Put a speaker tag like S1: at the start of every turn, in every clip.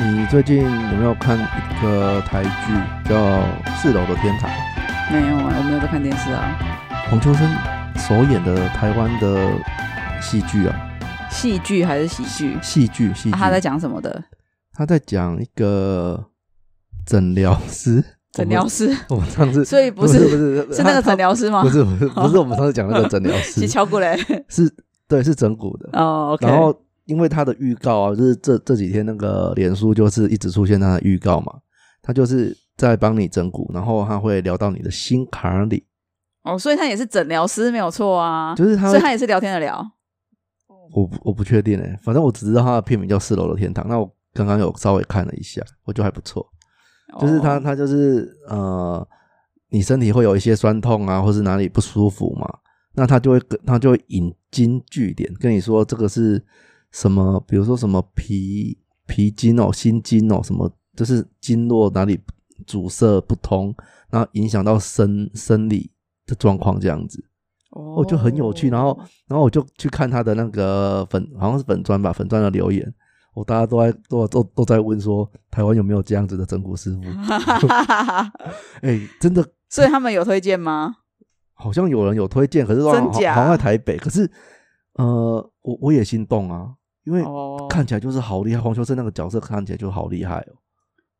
S1: 你最近有没有看一个台剧叫《四楼的天才
S2: 没有啊，我没有在看电视啊。》？
S1: 黄秋生首演的台湾的戏剧啊，
S2: 戏剧还是喜剧？
S1: 戏剧戏剧，
S2: 啊、他在讲什么的？
S1: 他在讲一个诊疗师，
S2: 诊 疗师，
S1: 我们。我们上次
S2: 所以不
S1: 是不
S2: 是
S1: 是
S2: 是那个诊
S1: 诊，
S2: 疗师嗯吗
S1: 不？是不是不是我们上次讲 那个诊疗师
S2: 是，敲鼓 嘞。
S1: 是对是整蛊的。
S2: 哦，OK。
S1: 然后因为他的预告啊，就是这这几天那个脸书就是一直出现他的预告嘛，他就是在帮你整蛊，然后他会聊到你的心坎里，
S2: 哦，所以他也是诊疗师，没有错啊。
S1: 就是他
S2: 所
S1: 会
S2: 以他也是聊天的聊。
S1: 我不我不确定哎、反正我只知道他的片名叫《四楼的天堂》，那我刚刚有稍微看了一下，我觉得还不错，就是他
S2: 哦
S1: 他就是呃，你身体会有一些酸痛啊，或是哪里不舒服嘛，那他就会跟他就会引经据典跟你说这个是什么，比如说什么脾脾经哦、心经哦，什么就是经络哪里阻塞不通，然后影响到生生理的状况这样子，
S2: 哦
S1: 我就很有趣。然后然后我就去看他的那个粉，好像是粉砖吧，粉砖的留言。我大家都在都都都在问说，台湾有没有这样子的整蛊师傅？哎、真的
S2: 所以他们有推荐吗？
S1: 好像有人有推荐，可是都好
S2: 真假
S1: 好像在台北，可是呃，我我也心动啊，因为
S2: 哦，
S1: 看起来就是好厉害，黄秋生那个角色看起来就好厉害哦。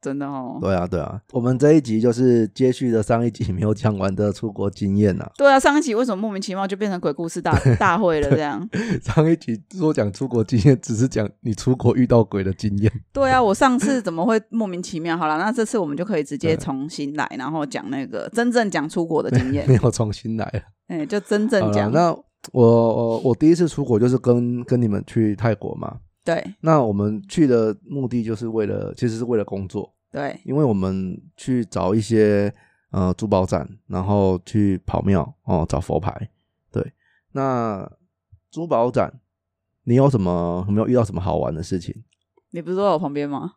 S2: 真的哦。
S1: 对啊，对啊，我们这一集就是接续的上一集没有讲完的出国经验呐、
S2: 对啊，上一集为什么莫名其妙就变成鬼故事大大会了？这样，
S1: 上一集说讲出国经验，只是讲你出国遇到鬼的经验。
S2: 对啊，我上次怎么会莫名其妙？好了，那这次我们就可以直
S1: 对
S2: 接重新来，然后讲那个真正讲出国的经验
S1: 没，有重新来了。
S2: 哎、就真正
S1: 好啦
S2: 讲。
S1: 那我我我第一次出国就是跟跟你们去泰国嘛。
S2: 对
S1: 那我们去的目的就是为了，其实是为了工作，
S2: 对，
S1: 因为我们去找一些呃珠宝展，然后去跑庙哦，找佛牌。对，那珠宝展，你有什么有没有遇到什么好玩的事情？
S2: 你不是坐在我旁边吗？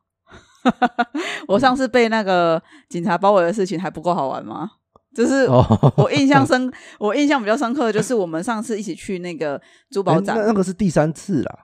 S2: 我上次被那个警察包围的事情还不够好玩吗？就是
S1: 哦，
S2: 我印象深，我印象比较深刻的就是我们上次一起去那个珠宝展，
S1: 哎那那个是第三次啦。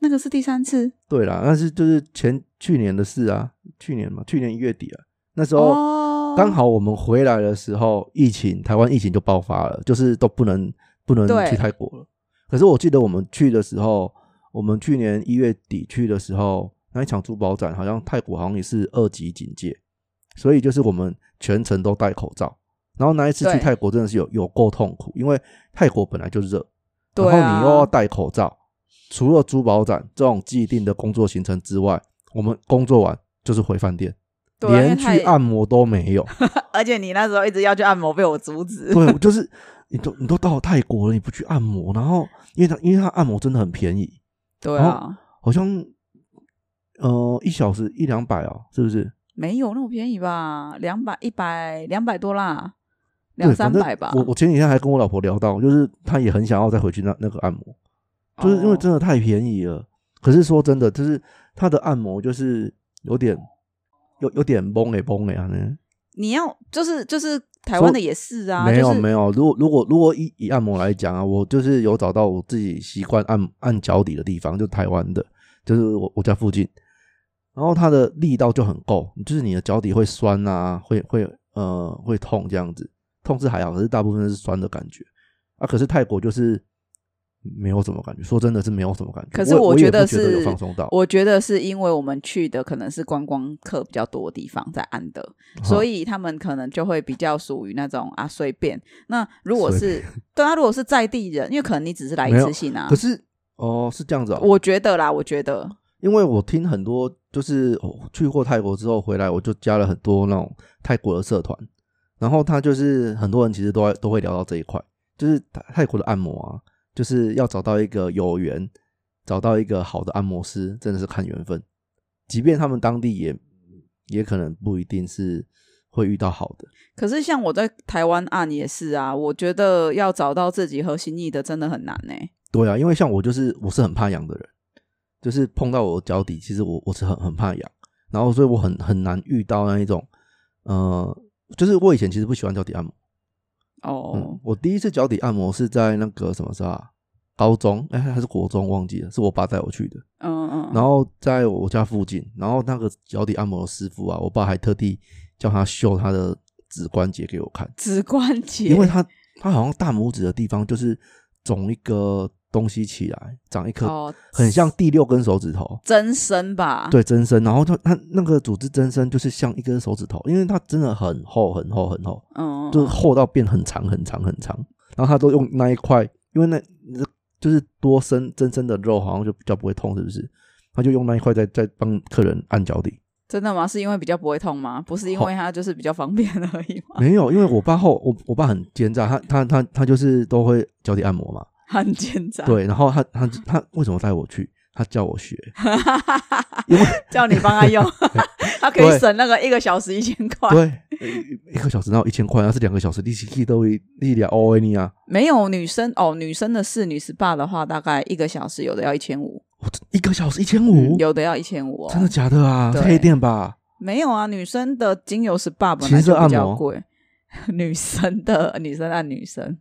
S2: 那个是第三次
S1: 对啦，那是就是前去年的事啊，去年嘛，去年一月底啊，那时候、
S2: 哦，
S1: 刚好我们回来的时候，疫情台湾疫情就爆发了，就是都不能不能
S2: 对
S1: 去泰国了。可是我记得我们去的时候，我们去年一月底去的时候，那一场珠宝展好像泰国好像也是二级警戒，所以就是我们全程都戴口罩。然后那一次去
S2: 对
S1: 泰国真的是有有够痛苦，因为泰国本来就热，
S2: 对
S1: 然后
S2: 啊，
S1: 你又要戴口罩。除了珠宝展这种既定的工作行程之外，我们工作完就是回饭店，
S2: 对啊
S1: 连
S2: 因为
S1: 去
S2: 他也
S1: 按摩都没有。
S2: 而且你那时候一直要去按摩，被我阻止。
S1: 对，我就是你都你都到泰国了，你不去按摩，然后因为他因为他按摩真的很便宜，
S2: 对
S1: 然
S2: 啊，
S1: 好像呃一小时一两百哦，是不是？
S2: 没有那么便宜吧？两百、一百、两百多啦，
S1: 对
S2: 两三百
S1: 反正
S2: 吧。
S1: 我我前几天还跟我老婆聊到，就是她也很想要再回去那那个按摩，就是因为真
S2: 哦
S1: 的太便宜了。可是说真的，就是她的按摩就是有点有有点崩诶崩诶啊呢。
S2: 你要就是就是台湾的也是啊，
S1: 没有、
S2: 就是
S1: 没有，如果如果如果以以按摩来讲啊，我就是有找到我自己习惯按按脚底的地方，就台湾的，就是我我家附近。然后它的力道就很够，就是你的脚底会酸啊，会会呃会痛这样子，痛是还好，可是大部分是酸的感觉啊。可是泰国就是没有什么感觉，说真的是没有什么感觉。
S2: 可是
S1: 我
S2: 我
S1: 也
S2: 觉
S1: 不
S2: 得
S1: 觉得有
S2: 是
S1: 放松到，
S2: 我觉得是因为我们去的可能是观光客比较多的地方在按的，
S1: 哦
S2: 所以他们可能就会比较属于那种啊随便。那如果
S1: 随
S2: 是 对啊，如果是在地人，因为可能你只是来一
S1: 没有
S2: 次性啊
S1: 可。是哦是这样子哦，
S2: 我觉得啦，我觉得
S1: 因为我听很多，就是我去过泰国之后回来，我就加了很多那种泰国的社团，然后他就是很多人其实都在都会聊到这一块，就是泰泰国的按摩啊，就是要找到一个有缘，找到一个好的按摩师，真的是看缘分。即便他们当地也也可能不一定是会遇到好的，
S2: 可是像我在台湾按也是啊，我觉得要找到自己合心意的真的很难呢、欸
S1: 对啊，因为像我就是我是很怕痒的人，就是碰到我脚底，其实我我是很很怕痒，然后所以我很很难遇到那一种，呃，就是我以前其实不喜欢脚底按摩，嗯
S2: 哦、
S1: 嗯，我第一次脚底按摩是在那个什么时候啊？高中哎还是国中忘记了，是我爸带我去的。
S2: 嗯嗯，
S1: 然后在我家附近，然后那个脚底按摩的师傅啊，我爸还特地叫他秀他的指关节给我看，
S2: 指关节，
S1: 因为他他好像大拇指的地方就是肿一个东西起来，长一颗、
S2: 哦
S1: 很像第六根手指头。
S2: 增生吧，，
S1: 对增生，然后它它那个组织增生就是像一根手指头，因为它真的很厚很厚很厚，
S2: 嗯，
S1: 就是厚到变很长很长很长。然后他都用那一块，因为那就是多生增生的肉好像就比较不会痛，是不是？他就用那一块在在帮客人按脚底。
S2: 真的吗？是因为比较不会痛吗？不是因为它就是比较方便而已吗？
S1: 哦没有，因为我爸后我我爸很奸诈，他他他他就是都会脚底按摩嘛，
S2: 很奸诈，
S1: 对。然后他他他为什么带我去？他叫我学，因为
S2: 叫你帮他用，他可以
S1: 对
S2: 省那个一个小时一千块。
S1: 对呃一个小时然后一千块，然后是两个小时，利息都一一两欧尼啊，
S2: 没有女生哦，女生的侍女 SPA 的话，大概一个小时有的要一千五，
S1: 我这一个小时一千五，
S2: 有的要一千五哦。
S1: 真的假的啊？
S2: 对
S1: 是黑店吧？
S2: 没有啊，女生的精油 SPA 本来就比较贵， 女生的女生按女生、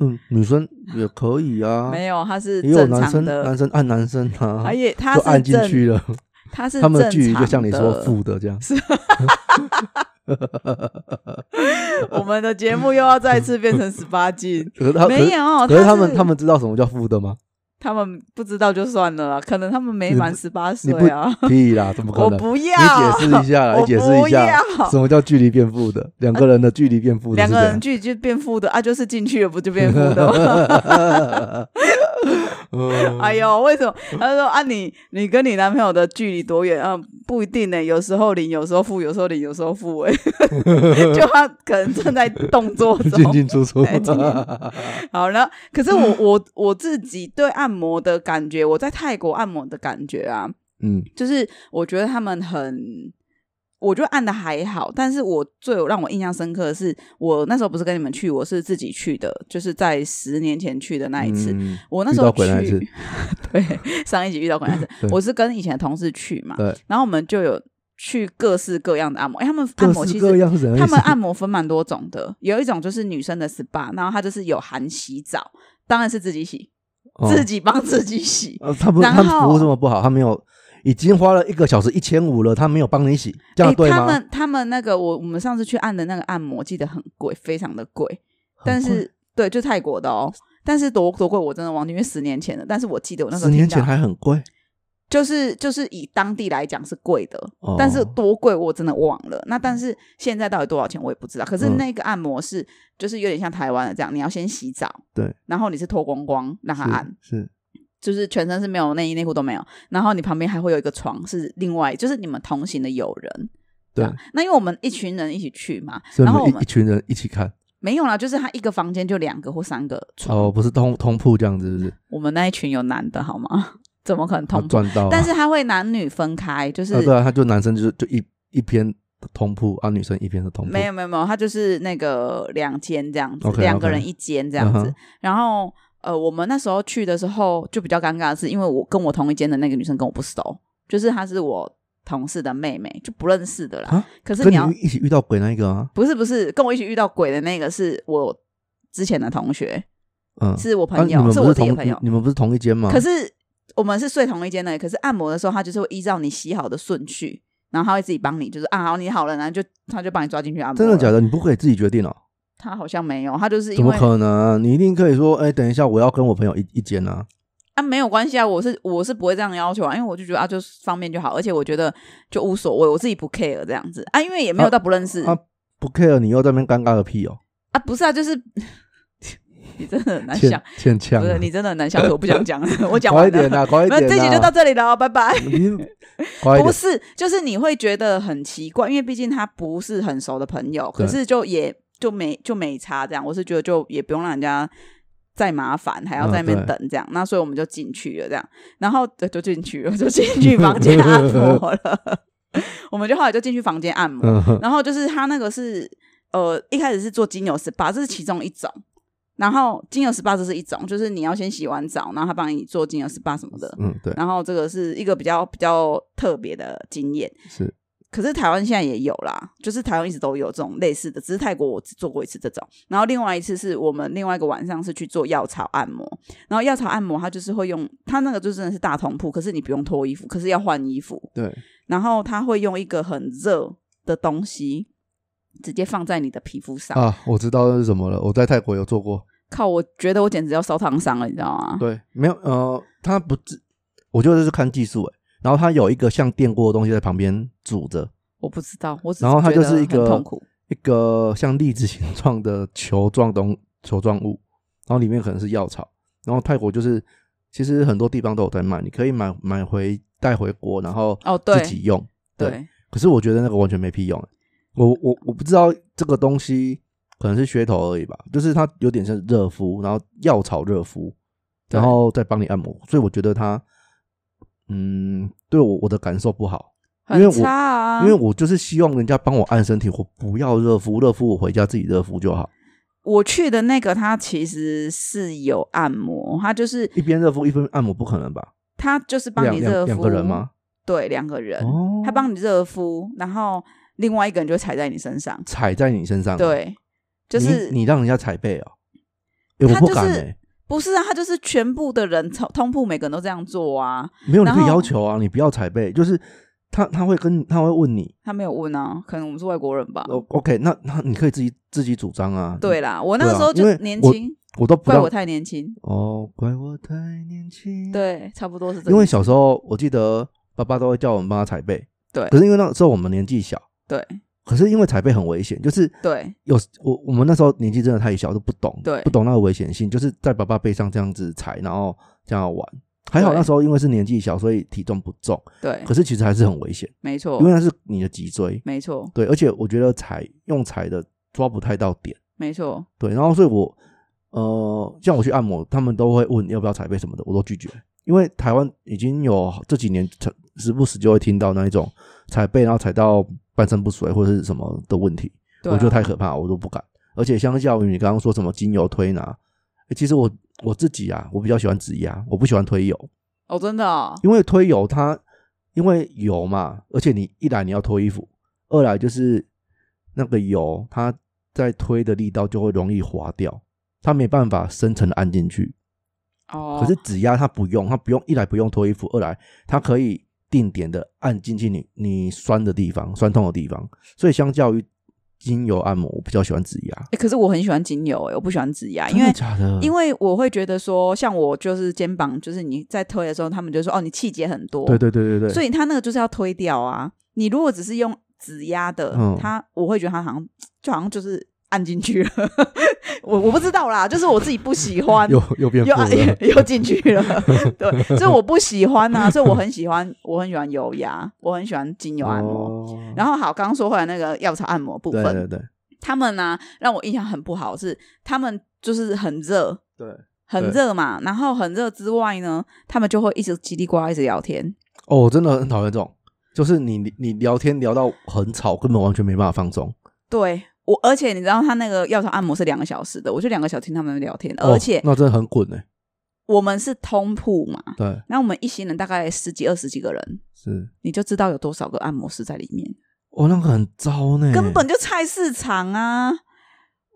S1: 嗯，女生也可以啊，
S2: 没有，它是
S1: 也有
S2: 正
S1: 男
S2: 常
S1: 生男
S2: 的，哎
S1: 生按男生啊，
S2: 而且它
S1: 就是按进
S2: 正，
S1: 去了，
S2: 它是
S1: 他们的
S2: 正
S1: 距离就
S2: 常
S1: 像你说
S2: 的
S1: 负的这样，
S2: 我们的节目又要再次变成十 八禁
S1: 啊，可是他
S2: 没有，
S1: 可是可是他
S2: 们
S1: 们他们知道什么叫负的吗？
S2: 他们不知道就算了啦，可能他们没
S1: 你
S2: 满
S1: 不
S2: 十八
S1: 你
S2: 岁
S1: 不
S2: 啊。
S1: 屁啦，怎么 可
S2: 我
S1: 能？
S2: 不要，
S1: 你解释一下啦，
S2: 我
S1: 你解释一下
S2: 不要
S1: 什么叫距离变负的？两个人的距离变负的
S2: 两
S1: 是
S2: 个
S1: 这
S2: 人
S1: 样。
S2: 距离就变负的啊，就是进去了不就变负 的吗？
S1: 嗯
S2: 哎呦，为什么？他说啊你，你跟你男朋友的距离多远啊？不一定呢、有时候零，有时候负，有时候零，有时候负、 欸。就他可能正在动作
S1: 进
S2: 中。
S1: 进出出，
S2: 哎进好了，可是我我我自己对按摩的感觉，我在泰国按摩的感觉啊，
S1: 嗯，
S2: 就是我觉得他们很，我觉得按的还好，但是我最有让我印象深刻的是，我那时候不是跟你们去，我是自己去的，就是在十年前去的那一次。
S1: 嗯
S2: 我那时
S1: 遇
S2: 候
S1: 到鬼那一次
S2: 去，对，上一集遇到管家
S1: 对
S2: 我是跟以前的同事去嘛，
S1: 对，
S2: 然后我们就有去各式各样的按摩，因为他们按
S1: 各
S2: 摩其
S1: 式
S2: 实
S1: 各样是什么意思？
S2: 他们按摩分蛮多种的，有一种就是女生的 SPA，然后它就是有含洗澡，当然是自己洗，
S1: 哦
S2: 自己帮自己洗，
S1: 呃，他不，他
S2: 然
S1: 们
S2: 后
S1: 服务这么不好，他没有，已经花了一个小时一千五了，他没有帮你洗，这
S2: 哎，
S1: 样对
S2: 他
S1: 吗？
S2: 们他们那个我我们上次去按的那个按摩，记得很贵，非常的贵，
S1: 很
S2: 但
S1: 贵
S2: 是对，就泰国的哦。但是多多贵我真的忘记，因为十年前了。但是我记得我那时候
S1: 十年
S2: 听到
S1: 前还很贵，
S2: 就是就是以当地来讲是贵的，
S1: 哦
S2: 但是多贵我真的忘了。那但是现在到底多少钱我也不知道。可是
S1: 嗯
S2: 那个按摩是、就是有点像台湾的这样，你要先洗澡，
S1: 对，
S2: 然后你是脱光光让他按，
S1: 是是
S2: 就是全身是没有内衣内裤都没有，然后你旁边还会有一个床是另外就是你们同行的友人。这
S1: 对
S2: 样，那因为我们一群人一起去嘛，
S1: 所以
S2: 然后
S1: 我
S2: 我
S1: 们一
S2: 们
S1: 一群人一起看，
S2: 没有啦，就是他一个房间就两个或三个床，
S1: 哦，不是通通铺这样子，是不是？
S2: 我们那一群有男的好吗？ 怎么可能
S1: 他
S2: 同？
S1: 赚到啊，
S2: 但是他会男女分开，就是、
S1: 啊，对啊，他就男生就就一一边通铺啊，女生一边的通铺，
S2: 没有没有没有，他就是那个两间这样子，
S1: OK，OK
S2: 两个人一间这样
S1: 嗯
S2: 子
S1: 哼。
S2: 然后呃，我们那时候去的时候就比较尴尬的是，因为我跟我同一间的那个女生跟我不熟，就是她是我同事的妹妹，就不认识的啦。
S1: 啊
S2: 可是
S1: 跟
S2: 你要
S1: 你一起遇到鬼那一个啊，
S2: 不是不是跟我一起遇到鬼的那个是我之前的同学，
S1: 嗯，
S2: 是我
S1: 啊
S2: 朋
S1: 你
S2: 友，
S1: 们
S2: 是
S1: 不
S2: 我
S1: 是
S2: 自己
S1: 同
S2: 的朋
S1: 你嗯
S2: 友。
S1: 你们不是同一间吗？
S2: 可是我们是睡同一间的，可是按摩的时候，他就是会依照你洗好的顺序，然后他会自己帮你，就是啊好你好了，然后就他就帮你抓进去按摩。
S1: 真的假
S2: 的？
S1: 的？你不可以自己决定哦？
S2: 他好像没有，他就是
S1: 怎
S2: 因
S1: 么
S2: 为
S1: 可能？你一定可以说，哎，等一下，我要跟我朋友一一间啊，
S2: 啊没有关系啊，我是我是不会这样要求啊，因为我就觉得啊就是方便就好，而且我觉得就无所谓，我自己不 care 这样子啊，因为也没有到不认识
S1: 啊不 care 你又在那边尴尬个屁哦，
S2: 啊不是啊，就是 你真的很难想
S1: 欠，欠呛
S2: 不
S1: 啊
S2: 是，你真的很难相处，我不想讲了，我讲
S1: 快
S2: 完
S1: 一点
S2: 了。
S1: 啦，快一
S2: 那
S1: 点啊啦，
S2: 这集就到这里了哦，拜拜。
S1: 你快一
S2: 不
S1: 点，
S2: 是，就是你会觉得很奇怪，因为毕竟他不是很熟的朋友，可
S1: 对
S2: 是就也就没就没差这样。我是觉得就也不用让人家再麻烦，还要
S1: 嗯
S2: 在那边
S1: 对
S2: 等这样。那所以我们就进去了，这样，然后呃就进去了，就进去房间按摩了。我们就后来就进去房间按摩，
S1: 嗯哼，
S2: 然后就是他那个是呃一开始是做精油 SPA，这是其中一种。然后精油 SPA 这是一种，就是你要先洗完澡，然后他帮你做精油 SPA 什么的。
S1: 嗯，对，
S2: 然后这个是一个比较比较特别的经验。
S1: 是
S2: 可是台湾现在也有啦，就是台湾一直都有这种类似的，只是泰国我只做过一次这种。然后另外一次是我们另外一个晚上是去做药草按摩，然后药草按摩它就是会用它那个就真的是大同铺，可是你不用脱衣服，可是要换衣服，
S1: 对，
S2: 然后它会用一个很热的东西直接放在你的皮肤上。
S1: 啊，我知道那是什么了，我在泰国有做过，
S2: 靠，我觉得我简直要烧烫伤了，你知道吗？
S1: 对，没有呃，它不是，我觉得这是看技术诶、然后它有一个像电锅的东西在旁边煮着，
S2: 我不知道，我只
S1: 然后它
S2: 觉得
S1: 就是一
S2: 很
S1: 个
S2: 痛苦。
S1: 一个像栗子形状的球状东球状物，然后里面可能是药草。然后泰国就是其实很多地方都有在卖，你可以买买回带回国，然后
S2: 哦对
S1: 自己用。对
S2: 对，
S1: 可是我觉得那个完全没屁用。欸我我我不知道这个东西可能是噱头而已吧，就是它有点像热敷，然后药草热敷，
S2: 对
S1: 然后再帮你按摩，所以我觉得它，嗯，对我我的感受不好。因为
S2: 很
S1: 我
S2: 差啊。
S1: 因为我就是希望人家帮我按身体，我不要热敷，热敷我回家自己热敷就好，
S2: 我去的那个，它其实是有按摩，它就是
S1: 一边热敷一边按摩不可能吧？
S2: 它就是帮
S1: 两
S2: 你
S1: 两
S2: 热敷
S1: 两个人吗？？
S2: 对，两个人，
S1: 哦，
S2: 他帮你热敷，然后另外一个人就踩在你身上，
S1: 踩在你身上，，啊
S2: 对，就是
S1: 你你让人家踩背哦，欸我
S2: 他
S1: 不
S2: 就是
S1: 敢哎，
S2: 不是啊？他就是全部的人，通通铺每个人都这样做啊，
S1: 没有你可
S2: 然
S1: 以
S2: 后
S1: 要求啊，你不要踩背，就是他他会跟他会问你
S2: 他没有问啊，可能我们是外国人吧。
S1: ，O OK，那那你可以自己自己主张啊，
S2: 对，啦，我那
S1: 对
S2: 个
S1: 啊
S2: 时候
S1: 因
S2: 就
S1: 为
S2: 年
S1: 我
S2: 轻，
S1: 我都不
S2: 怪
S1: 让
S2: 我太年轻，
S1: 哦，怪我太年轻，，
S2: 对，差不多是
S1: 因
S2: 这样
S1: 为。小时候我记得爸爸都会叫我们帮他踩背，
S2: 对
S1: 可是因为那时候我们年纪小。
S2: 对
S1: 可是因为踩背很危险，就是
S2: 对
S1: 有我我们那时候年纪真的太小，都不懂，
S2: 对
S1: 不懂那个危险性，就是在爸爸背上这样子踩，然后这样玩。还好那时候因为是年纪小，所以体重不重，
S2: 对哦
S1: 可，是其实还是很危险，
S2: 没错
S1: 因，为那是你的脊椎，
S2: 没错，
S1: 对，而且我觉得踩用踩的抓不太到点，
S2: 没错，
S1: 对，然后所以我呃，像我去按摩，他们都会问要不要踩背什么的，我都拒绝，因为台湾已经有这几年时不时就会听到那一种踩背，然后踩到半身不遂或者是什么的问题。
S2: 对
S1: 我觉得
S2: 啊
S1: 太可怕，我都不敢。而且相较于你刚刚说什么精油推拿，欸其实我我自己啊，我比较喜欢指压，我不喜欢推油，
S2: 哦，真的哦，
S1: 因为推油它因为油嘛，而且你一来你要脱衣服，二来就是那个油它在推的力道就会容易滑掉，它没办法深层的按进去。
S2: 哦，
S1: 可是指压它不用，它不用一来不用脱衣服，二来它可以定点的按进去你你酸的地方、酸痛的地方，所以相较于精油按摩，我比较喜欢指压。
S2: 欸可是我很喜欢精油、欸，我不喜欢指压，因
S1: 真的
S2: 为
S1: 假的？
S2: 因
S1: 为
S2: 为我会觉得说，像我就是肩膀，就是你在推的时候，他们就说哦，你气节很多，
S1: 对对对对对，
S2: 所以他那个就是要推掉啊。你如果只是用指压的，
S1: 嗯。
S2: 他我会觉得他好像就好像就是按进去了， 我我不知道啦，就是我自己不喜欢
S1: 又又变
S2: 又
S1: 复
S2: 按
S1: 了。
S2: 又进去了， 对，所以我不喜欢呐、所以我很喜欢，我很喜欢油压，我很喜欢精油按摩。
S1: 哦
S2: 然后好，刚刚说回来那个药草按摩部分，
S1: 对对对
S2: 他们呢、让我印象很不好是，他们就是很热，
S1: 对。
S2: 很热嘛，然后很热之外呢，他们就会一直叽里呱啦一直聊天。
S1: 哦，我真的很讨厌这种，就是你你聊天聊到很吵，根本完全没办法放松。
S2: 对我，而且你知道他那个药草按摩是两个小时的，我就两个小时听他们聊天，
S1: 哦
S2: 而且
S1: 那真的很滚哎。
S2: 我们是通铺嘛，
S1: 对，
S2: 然后我们一行人大概十几二十几个人，
S1: 是
S2: 你就知道有多少个按摩师在里面，
S1: 哦，那个很糟呢，
S2: 根本就菜市场啊。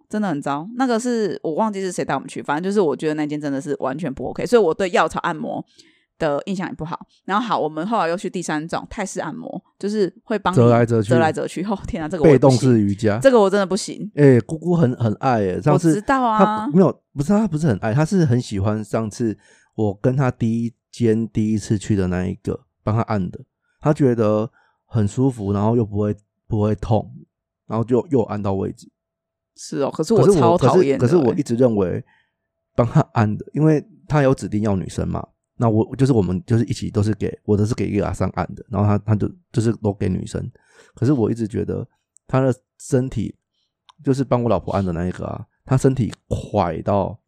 S2: 真的很糟，那个是我忘记是谁带我们去，反正就是我觉得那间真的是完全不 OK，所以我对药草按摩的印象也不好。然后好，我们后来又去第三种泰式按摩，就是会帮你
S1: 折来折去
S2: 折来折去。 哦，天啊，这个我也
S1: 被
S2: 不
S1: 动
S2: 行
S1: 式瑜伽。
S2: 这个我真的不行。
S1: 哎，姑姑很很爱哎，上
S2: 我
S1: 次
S2: 知道啊
S1: 他，没嗯有，不是他不是很爱，他是很喜欢上次我跟他第一间第一次去的那一个帮他按的，他觉得很舒服，然后又不会不会痛，然后就又按到位置。
S2: 是哦，可是
S1: 可是
S2: 超
S1: 我可
S2: 讨
S1: 是
S2: 厌的
S1: 可是我
S2: 欸
S1: 一直认为帮他按的，因为他有指定要女生嘛。那我就是我们就是一起都是给我的是给一个阿桑按的，然后他他就就是都给女生，可是我一直觉得他的身体就是帮我老婆按的那一个啊，他身体快到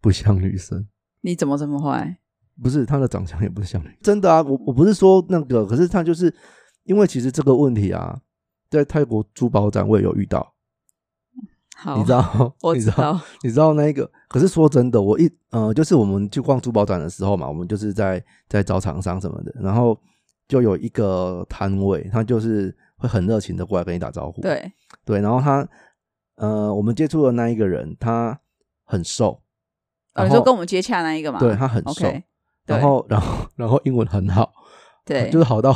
S1: 不像女生，
S2: 你怎么这么坏？
S1: 不是他的长相也不是像女生，真的啊，我我不是说那个，可是他就是因为其实这个问题啊，在泰国珠宝展我也有遇到，
S2: 好，
S1: 你知，道，
S2: 我
S1: 你
S2: 知道，
S1: 你知道那一个？可是说真的，我一呃，就是我们去逛珠宝展的时候嘛，我们就是在在找厂商什么的，然后就有一个摊位，他就是会很热情的过来跟你打招呼。
S2: 对，
S1: 对，然后他呃，我们接触的那一个人，他很瘦，
S2: 哦，
S1: 然
S2: 你
S1: 后
S2: 说跟我们接洽那一个嘛？
S1: 对他很瘦
S2: OK，对
S1: 然后然后然后英文很好，
S2: 对
S1: 就是好到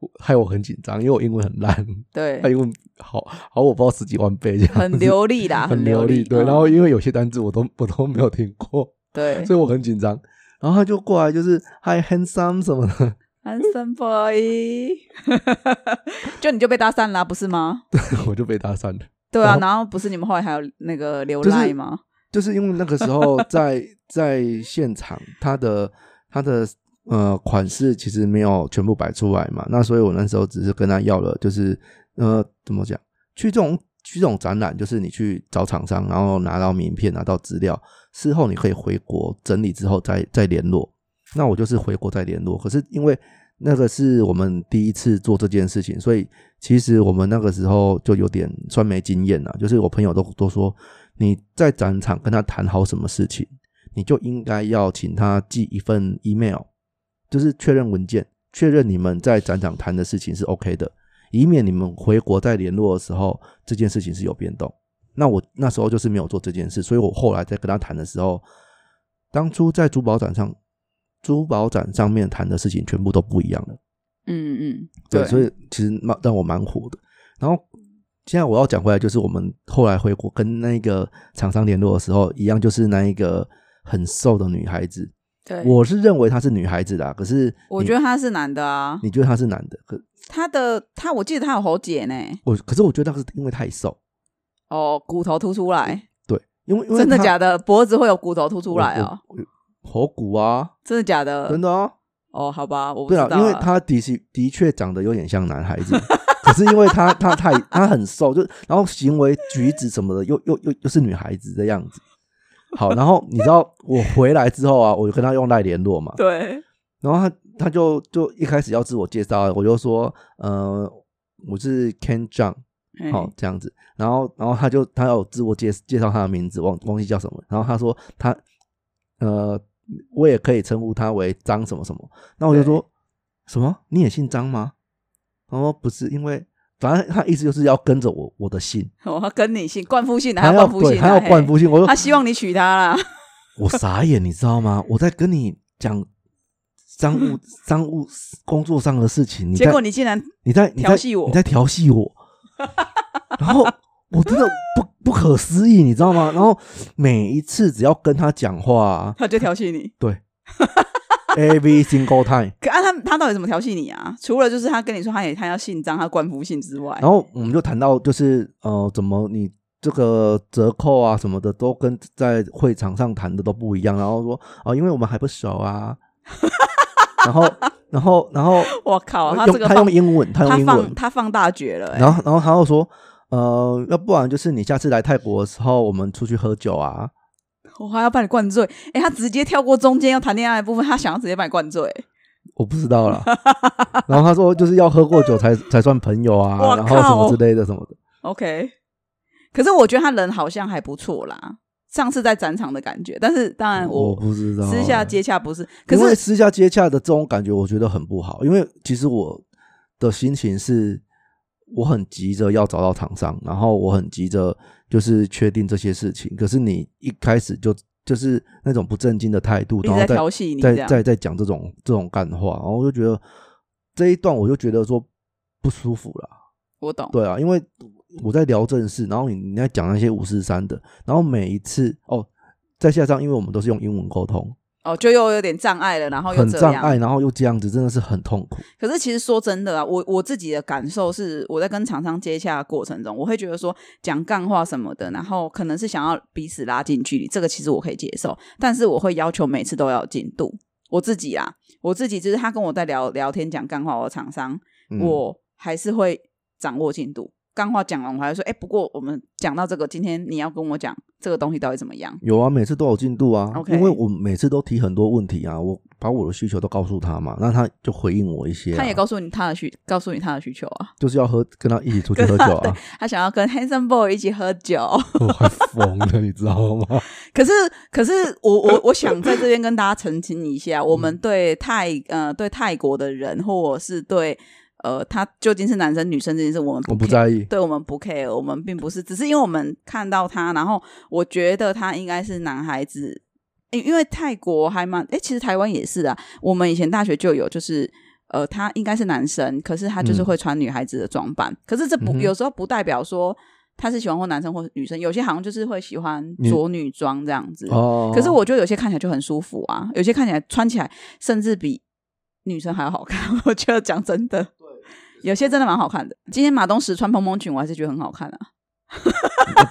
S1: 我害我很紧张，因为我英文很烂，他
S2: 对，
S1: 英文好好我不知道十几万倍这样，
S2: 很流利啦，
S1: 很
S2: 流
S1: 利。对，
S2: 嗯
S1: 然后因为有些单字我都我都没有听过，
S2: 对
S1: 所以我很紧张。然后他就过来，就是 Hi handsome 什么的，
S2: ，handsome boy，就 你就被搭讪啦，不是吗？
S1: 我就被搭讪了。
S2: 对啊
S1: 然，后
S2: 然后不是你们后来还有那个流
S1: 就是
S2: 赖吗？
S1: 就是因为那个时候在在现场，他的他的呃款式其实没有全部摆出来嘛，那所以我那时候只是跟他要了，就是呃怎么讲，去这种去这种展览，就是你去找厂商，然后拿到名片，拿到资料，事后你可以回国整理之后再再联络。那我就是回国再联络，可是因为那个是我们第一次做这件事情，所以其实我们那个时候就有点算没经验了。就是我朋友都都说，你在展场跟他谈好什么事情，你就应该要请他寄一份 email，就是确认文件，确认你们在展场谈的事情是 OK 的，以免你们回国再联络的时候这件事情是有变动。那我那时候就是没有做这件事，所以我后来在跟他谈的时候，当初在珠宝展上，珠宝展上面谈的事情全部都不一样了。
S2: 嗯嗯，
S1: 对，
S2: 对，
S1: 所以其实蛮让我蛮火的。然后现在我要讲回来，就是我们后来回国跟那个厂商联络的时候，一样就是那一个很瘦的女孩子，
S2: 对，
S1: 我是认为她是女孩子啦，可是
S2: 我
S1: 你
S2: 觉得他是男的啊，
S1: 你觉得她是男的，可
S2: 他的他我记得他有喉结呢，
S1: 我可是我觉得那个是因为太瘦，
S2: 哦，骨头凸出来，
S1: 对，因为因为
S2: 真的
S1: 她
S2: 假的？脖子会有骨头凸出来哦，，
S1: 我我头骨啊，
S2: 真的假的
S1: 真？的啊，
S2: 哦，好吧，我不
S1: 对
S2: 知
S1: 啊
S2: 道，
S1: 因为
S2: 啊
S1: 她的确的确长得有点像男孩子。 可是因为她她太她很瘦，就然后行为举止什么的又又又又是女孩子的样子。好，然后你知道我回来之后啊，我就跟她用赖联络嘛，
S2: 对
S1: 然后她她就就一开始要自我介绍啊，我就说呃我是 Ken John，
S2: 嗯
S1: 好、这样子，然后然后他就他有自我介介绍他的名字，忘忘记叫什么，然后他说他呃，我也可以称呼他为张什么什么，那我就说什么你也姓张吗？他说不是，因为反正他意思就是要跟着我我的姓，
S2: 哦，他跟你姓冠夫姓，
S1: 还
S2: 还
S1: 要
S2: 冠夫
S1: 对
S2: 姓，
S1: 还要冠，夫姓， 我
S2: 啊他
S1: 说
S2: 希望你娶她啦。
S1: 我傻眼，你知道吗？我在跟你讲。商务商务工作上的事情，你
S2: 结
S1: 在
S2: 果你竟然
S1: 你在你在
S2: 调戏我
S1: 你在调戏 我，然后我真的不不可思议，你知道吗？然后每一次只要跟他讲话、
S2: 他就调戏你，
S1: e v e r y single time，
S2: 可啊，他他到底怎么调戏你啊？除了就是他跟你说他也他要姓张，他冠夫姓之外，
S1: 然后我们就谈到就是呃，怎么你这个折扣啊什么的都跟在会场上谈的都不一样，然后说哦、因为我们还不熟 啊，然后然后然后
S2: 我靠，
S1: 他
S2: 这个
S1: 他
S2: 放
S1: 用英文，他用英文
S2: 放，他放大绝了、欸，
S1: 然后然后他又说。呃，要不然就是你下次来泰国的时候，我们出去喝酒啊，
S2: 我还要把你灌醉，哎、他直接跳过中间要谈恋爱的部分，他想要直接把你灌醉，
S1: 我不知道啦。 然后他说就是要喝过酒才才算朋友啊，
S2: 我
S1: 然后什么
S2: 靠
S1: 之类的什么的。
S2: OK，可是我觉得他人好像还不错啦，上次在展场的感觉，但是当然
S1: 哦我
S2: 我
S1: 不知道
S2: 私下
S1: 欸，
S2: 接洽不是，可
S1: 因为
S2: 是
S1: 私下接洽的这种感觉，我觉得很不好。因为其实我的心情是，我很急着要找到厂商，然后我很急着就是确定这些事情。可是你一开始就就是那种不正经的态度，
S2: 一
S1: 然
S2: 直
S1: 后
S2: 在
S1: 再
S2: 调戏你这
S1: 在
S2: 样，
S1: 在在讲这种这种干话，然后我就觉得这一段我就觉得说不舒服了。
S2: 我懂，
S1: 对啊，因为我在聊正事，然后你你在讲那些五四三的，然后每一次哦，再加上因为我们都是用英文沟通，
S2: 哦，就哦又有点障碍了，然后又
S1: 很
S2: 这
S1: 障
S2: 样，
S1: 碍，然后又这样子，真的是很痛苦。
S2: 可是其实说真的啊，我我自己的感受是，我在跟厂商接洽的过程中，我会觉得说讲干话什么的，然后可能是想要彼此拉近距离，这个其实我可以接受，但是我会要求每次都要有进度。我自己啦，我自己就是他跟我在聊聊天讲干话，我的厂商，
S1: 嗯、
S2: 我还是会掌握进度。刚话讲完，我还说，哎，不过我们讲到这个，今天你要跟我讲这个东西到底怎么样？
S1: 有啊，每次都有进度啊
S2: OK
S1: 因为我每次都提很多问题啊，我把我的需求都告诉他嘛，那他就回应我一些啊、
S2: 他也告诉你他的需，告诉你他的需求啊，
S1: 就是要喝，跟他一起出去喝酒啊，
S2: 他想要跟 handsome boy 一起喝酒。
S1: 我快疯了，你知道 吗？
S2: 可是，可是我我我想在这边跟大家澄清一下，我
S1: 嗯
S2: 们对泰呃对泰国的人，或者是对呃他究竟是男生女生这件事，我们
S1: 我不
S2: care
S1: 在意，
S2: 对我们不 care，我们并不是，只是因为我们看到他，然后我觉得他应该是男孩子，因因为泰国还蛮，诶，其实台湾也是啊，我们以前大学就有，就是呃，他应该是男生，可是他就是
S1: 嗯
S2: 会穿女孩子的装扮，可是这不、
S1: 嗯哼
S2: 有时候不代表说他是喜欢或男生或女生，有些好像就是会喜欢
S1: 女
S2: 着女装这样子，
S1: 哦，
S2: 可是我觉得有些看起来就很舒服啊，有些看起来穿起来甚至比女生还要好看。 我觉得讲真的，有些真的蛮好看的。今天马东石穿蓬蓬裙，我还是觉得很好看啊。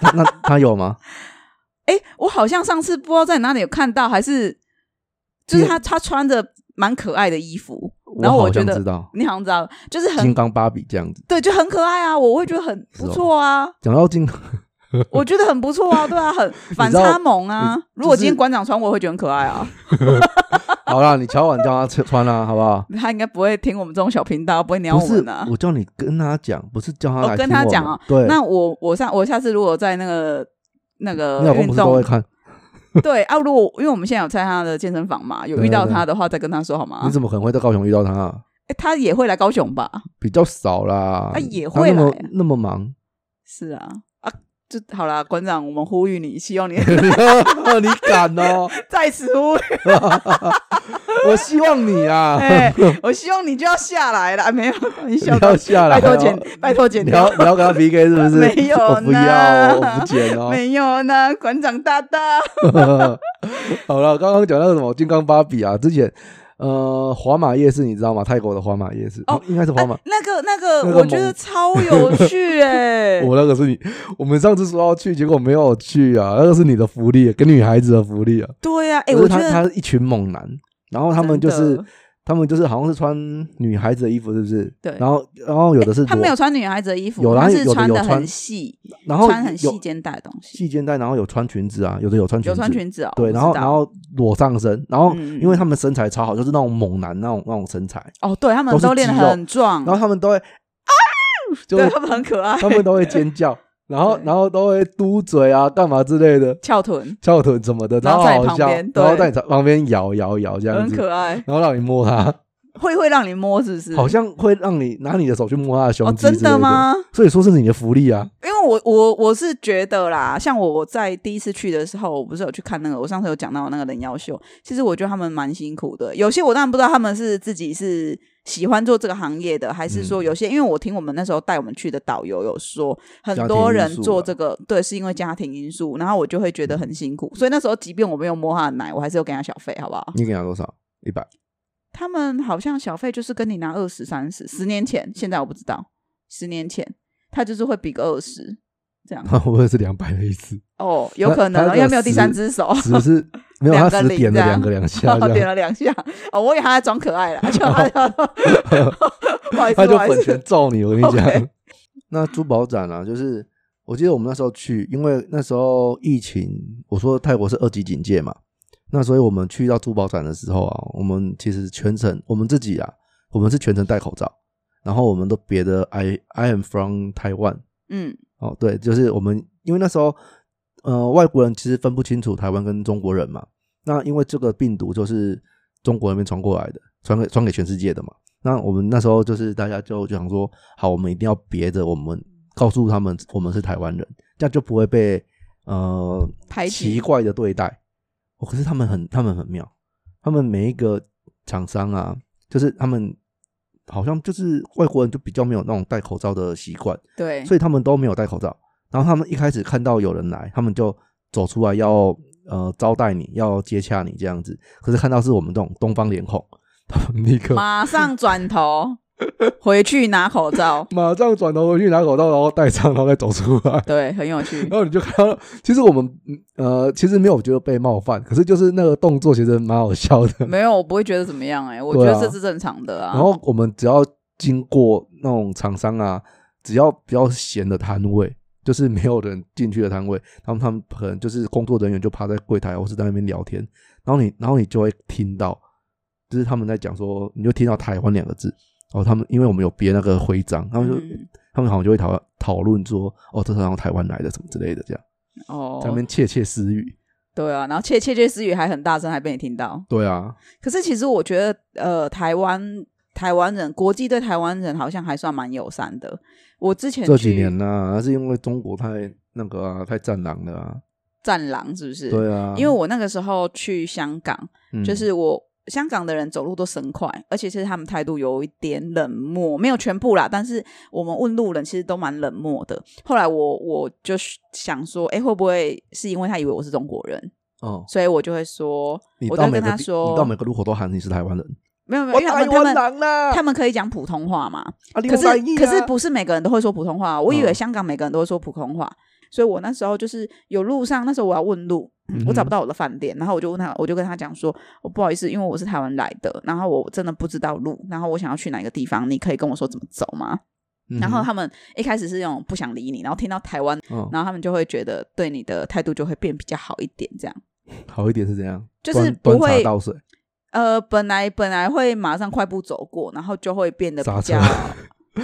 S1: 他那他有吗？
S2: 哎，我好像上次不知道在哪里有看到，还是就是他他穿着蛮可爱的衣服， 然后
S1: 我好
S2: 觉
S1: 像
S2: 得
S1: 知道
S2: 你好像知道，就是很
S1: 金刚芭比这样子。
S2: 对，就很可爱啊，我会觉得很
S1: 是
S2: 不
S1: 哦
S2: 错啊。
S1: 讲到金刚，
S2: 我觉得很不错啊，对啊，很反差萌啊
S1: 你就。
S2: 如果今天
S1: 是
S2: 馆长穿，我会觉得很可爱啊。
S1: 好啦，你乔晚叫他吃穿啦、好不好？
S2: 他应该不会听我们这种小频道，不会鸟
S1: 不
S2: 我
S1: 是
S2: 们啊，。
S1: 我叫你跟他讲，不是叫他
S2: 哦
S1: 来
S2: 跟
S1: 听
S2: 他
S1: 我们
S2: 讲哦
S1: 对，
S2: 那我我下我下次如果在那个那
S1: 你
S2: 个
S1: 老公
S2: 运
S1: 不是都会
S2: 动
S1: 看？
S2: 对啊，如果因为我们现在有在他的健身房嘛，有遇到
S1: 对对对
S2: 他的话再跟他说好吗？
S1: 你怎么可能会在高雄遇到他、啊？
S2: 诶他也会来高雄吧？
S1: 比较少啦，
S2: 他啊也
S1: 他
S2: 会
S1: 那么
S2: 来
S1: 那么忙，
S2: 是啊啊，就好啦，馆长，我们呼吁你，希望你
S1: 你敢哦？
S2: 在此呼吁，
S1: 我希望你啊，
S2: 哎我希望你就要下来了，没有你
S1: 你
S2: 笑到
S1: 要下来、
S2: 拜
S1: 哦，
S2: 托剪，拜托剪
S1: 你要
S2: 掉，
S1: 你要跟他 PK 是不是？
S2: 没有
S1: 我不
S2: 呢
S1: 要，我不剪哦。
S2: 没有呢，馆长大大，
S1: 好了，刚刚讲到什么金刚芭比啊？之前呃，华马夜市你知道吗？泰国的华马夜市，
S2: 哦
S1: 哦，应该是华马。
S2: 那个那个，
S1: 那个
S2: 我觉得
S1: 猛
S2: 超有 趣哎、
S1: 我那个是你，我们上次说要去，结果没有去啊。那个是你的福利，给女孩子的福利啊。
S2: 对呀、啊，哎、
S1: 可
S2: 我
S1: 是
S2: 觉
S1: 他
S2: 得
S1: 他一群猛男，然后他们就
S2: 真的
S1: 是他们就是好像是穿女孩子的衣服，是不是？
S2: 对哎
S1: 然后然后有的是
S2: 他
S1: 裸
S2: 没有穿女孩子的衣服，
S1: 有啦
S2: 他是
S1: 有的有
S2: 的很
S1: 穿
S2: 细，
S1: 然后
S2: 穿很细
S1: 有
S2: 肩带的东西，
S1: 细肩带，然后有穿裙子啊，有的有穿裙子，
S2: 有穿裙子哦。
S1: 对，
S2: 我
S1: 然后
S2: 知道
S1: 然后裸上身，然后
S2: 嗯嗯
S1: 因为他们身材超好，就是那种猛男那种那种身材，
S2: 哦，对他们
S1: 都是
S2: 都练得
S1: 肌肉
S2: 很壮
S1: 然，后他们都会啊，就
S2: 嗯对
S1: 是
S2: 他们很可爱，
S1: 他们都会尖叫，然后
S2: 对
S1: 然后都会嘟嘴啊，干嘛之类的，
S2: 翘臀，
S1: 翘臀什么的，
S2: 然
S1: 超
S2: 后在你
S1: 好
S2: 旁
S1: 笑，
S2: 边
S1: 然后在
S2: 对
S1: 你旁边摇摇摇这样
S2: 很
S1: 子，
S2: 可爱，
S1: 然后让你摸他，
S2: 会会让你摸是不是？
S1: 好像会让你拿你的手去摸他的胸
S2: 哦，
S1: 肌，
S2: 真的？吗？
S1: 所以说是你的福利啊，
S2: 因为我我我是觉得啦，像我我在第一次去的时候，我不是有去看那个，我上次有讲到那个人妖秀，其实我觉得他们蛮辛苦的。有些我当然不知道他们是自己是喜欢做这个行业的，还是说有些，因为我听我们那时候带我们去的导游有说，很多人做这个对是因为家庭因素，然后我就会觉得很辛苦，所以那时候即便我没有摸他的奶，我还是有给他小费，好不好？
S1: 你给他多少？一百。
S2: 他们好像小费就是跟你拿二十三十，十年前，现在我不知道，十年前他就是会比个二十。这样，
S1: 我也是两百的意思，
S2: 哦，有
S1: 他
S2: 可能
S1: 他
S2: 哦，
S1: 这
S2: 因为
S1: 个
S2: 没有第
S1: 十
S2: 三只手，
S1: 只是没有
S2: 两
S1: 他
S2: 个
S1: 只
S2: 零
S1: 点了
S2: 这样
S1: 两个两下
S2: 然后
S1: 这
S2: 点
S1: 样，
S2: 了两下。哦，我以为他在装可爱啦，就他就 不好意思，
S1: 他
S2: 不
S1: 就
S2: 好意
S1: 本
S2: 思
S1: 拳，揍你，我跟你
S2: OK
S1: 讲。那珠宝展啊，就是我记得我们那时候去，因为那时候疫情，我说泰国是二级警戒嘛，那所以我们去到珠宝展的时候啊，我们其实全程我们自己啊，我们是全程戴口罩，然后我们都别的 I I am from Taiwan
S2: 嗯，
S1: 哦，对，就是我们因为那时候，呃，外国人其实分不清楚台湾跟中国人嘛。那因为这个病毒就是中国那边传过来的，传给传给全世界的嘛。那我们那时候就是大家就就想说，好，我们一定要别着我们告诉他们我们是台湾人，这样就不会被呃
S2: 排
S1: 奇
S2: 挤，
S1: 怪的对待。哦，可是他们很他们很妙，他们每一个厂商啊，就是他们好像就是外国人就比较没有那种戴口罩的习惯。
S2: 对，
S1: 所以他们都没有戴口罩。然后他们一开始看到有人来，他们就走出来要呃招待你，要接洽你这样子。可是看到是我们这种东方脸孔， 他们立刻
S2: 马上转头回去拿口罩，
S1: 马上转头回去拿口罩，然后戴上，然后再走出来。
S2: 对，很有趣
S1: 然，后你就看到，其实我们嗯呃其实没有觉得被冒犯，可是就是那个动作其实蛮好笑的。
S2: 没有，我不会觉得怎么样，哎，我觉
S1: 对
S2: 得
S1: 啊
S2: 这是正常的啊
S1: 然。后我们只要经过那种厂商啊，只要比较闲的摊位，就是没有人进去的摊位，他们他们可能就是工作人员就趴在柜台或是在那边聊天，然后你然后你就会听到，就是他们在讲说，你就听到台湾两个字，哦，他们因为我们有别那个徽章，他们就、
S2: 嗯
S1: 他们好像就会讨讨论说，哦，这是从台湾来的什么之类的，这样在那
S2: 哦，
S1: 边窃窃私语，
S2: 对啊，然后窃窃窃私语还很大声，还被你听到。
S1: 对啊，
S2: 可是其实我觉得，呃，台湾台湾人国际对台湾人好像还算蛮友善的。我之前
S1: 这几
S2: 去
S1: 年呢、那是因为中国太那个啊，太战狼了啊，
S2: 战狼是不是？
S1: 对啊，
S2: 因为我那个时候去香港，
S1: 嗯
S2: 就是我香港的人走路都神快，而且其实他们态度有一点冷漠，没有全部啦，但是我们问路人其实都蛮冷漠的。后来我我就想说，哎，会不会是因为他以为我是中国人，
S1: 哦，
S2: 所以我就会说，
S1: 你
S2: 我
S1: 到
S2: 就
S1: 每
S2: 跟
S1: 个
S2: 他
S1: 地
S2: 说
S1: 你到每个路口都喊你是台湾人，
S2: 没有没有，因为他们他们
S1: 狼啦
S2: 他们可以讲普通话嘛，
S1: 啊，嗯
S2: 可是、可是不是每个人都会说普通话，啊我以为香港每个人都会说普通话，所以我那时候就是有路上，那时候我要问路，
S1: 嗯哼
S2: 我找不到我的饭店，然后我就问他，我就跟他讲说，我不好意思，因为我是台湾来的，然后我真的不知道路，然后我想要去哪个地方，你可以跟我说怎么走吗？
S1: 嗯哼，
S2: 然后他们一开始是那种不想理你，然后听到台湾，
S1: 嗯
S2: 然后他们就会觉得对你的态度就会变比较好一点，这样
S1: 好一点是怎样？
S2: 就是
S1: 端
S2: 不
S1: 端茶
S2: 会
S1: 倒水，
S2: 呃，本来本来会马上快步走过，然后就会变得
S1: 刹
S2: 比
S1: 车
S2: 较，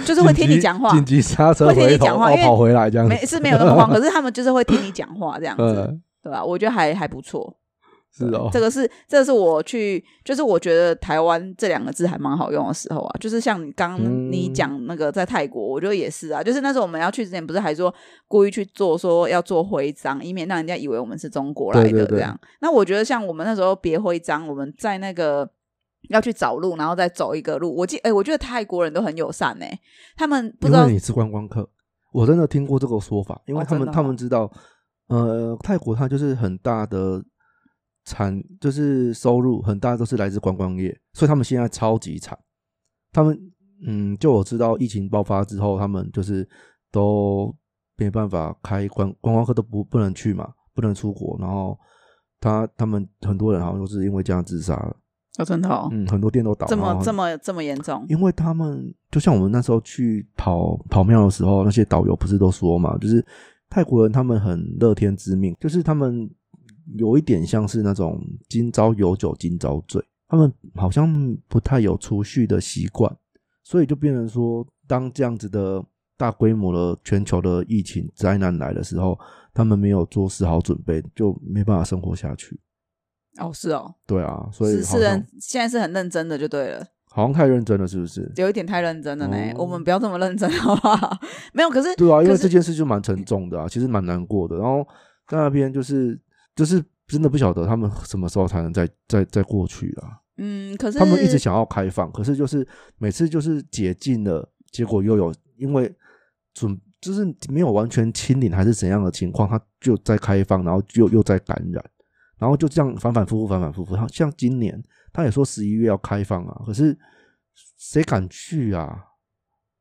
S2: 就是会听你讲话，
S1: 紧急紧急刹车
S2: 会听你
S1: 回头，
S2: 讲话
S1: 哦
S2: 因为
S1: 跑回来这样子，
S2: 没是没有那么慌，可是他们就是会听你讲话这样子，
S1: 嗯，
S2: 对吧？我觉得还还不错，
S1: 是哦，
S2: 这个是这个是我去，就是我觉得台湾这两个字还蛮好用的时候啊，就是像你刚
S1: 嗯
S2: 你讲那个在泰国，我觉得也是啊，就是那时候我们要去之前，不是还说故意去做说要做徽章，以免让人家以为我们是中国来
S1: 对对
S2: 的
S1: 对
S2: 这样。那我觉得像我们那时候别徽章，我们在那个。要去找路，然后再走一个路。我记，哎、我觉得泰国人都很友善呢、他们不
S1: 因
S2: 知道
S1: 为你是观光客，我真的听过这个说法，因为
S2: 哦
S1: 他
S2: 真
S1: 们、
S2: 的哦
S1: 他们知道，呃，泰国它就是很大的产，就是收入很大都是来自观光业，所以他们现在超级惨。他们嗯，就我知道疫情爆发之后，他们就是都没办法开观观光客都不不能去嘛，不能出国，然后他他们很多人好像都是因为这样自杀了，
S2: 哦，真的哦，
S1: 嗯，很多店都倒，
S2: 这
S1: 然
S2: 么
S1: 后
S2: 这么这么严重，
S1: 因为他们就像我们那时候去跑跑庙的时候，那些导游不是都说嘛，就是泰国人他们很乐天知命，就是他们有一点像是那种今朝有酒今朝醉，他们好像不太有储蓄的习惯，所以就变成说，当这样子的大规模的全球的疫情灾难来的时候，他们没有做丝毫准备，就没办法生活下去。
S2: 哦，是哦，
S1: 对啊，所以
S2: 是
S1: 好
S2: 是
S1: 像
S2: 人现在是很认真的，就对了，
S1: 好像太认真了，是不是？
S2: 有一点太认真了呢。
S1: 哦
S2: 我们不要这么认真，好不好？ 没有，可 是
S1: 对啊，因为
S2: 可
S1: 这
S2: 是
S1: 件事就蛮沉重的啊，其实蛮难过的。然后在那边就是就是真的不晓得他们什么时候才能再再再过去啊。
S2: 嗯，可是
S1: 他们一直想要开放，可是就是每次就是解禁了，结果又有因为准就是没有完全清零还是怎样的情况，它就在开放，然后又又在感染，然后就这样反反复复，反反复复。像像今年他也说十一月要开放啊，可是谁敢去啊？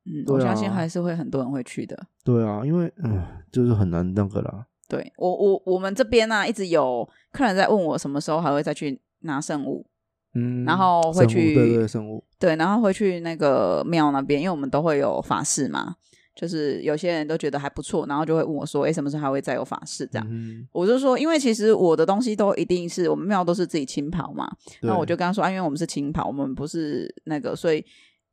S2: 嗯，
S1: 对啊
S2: 我相信还是会很多人会去的。
S1: 对啊，因为嗯，就是很难那个啦。
S2: 对我我我们这边呢、啊一直有客人在问我什么时候还会再去拿圣物，
S1: 嗯，
S2: 然后会
S1: 生物
S2: 去
S1: 对对生物，
S2: 对，然后会去那个庙那边，因为我们都会有法事嘛，就是有些人都觉得还不错，然后就会问我说，哎，什么时候还会再有法事这样？
S1: 嗯
S2: 我就说，因为其实我的东西都一定是我们庙都是自己亲跑嘛，
S1: 对
S2: 那我就跟他说，啊，因为我们是清跑，我们不是那个，所以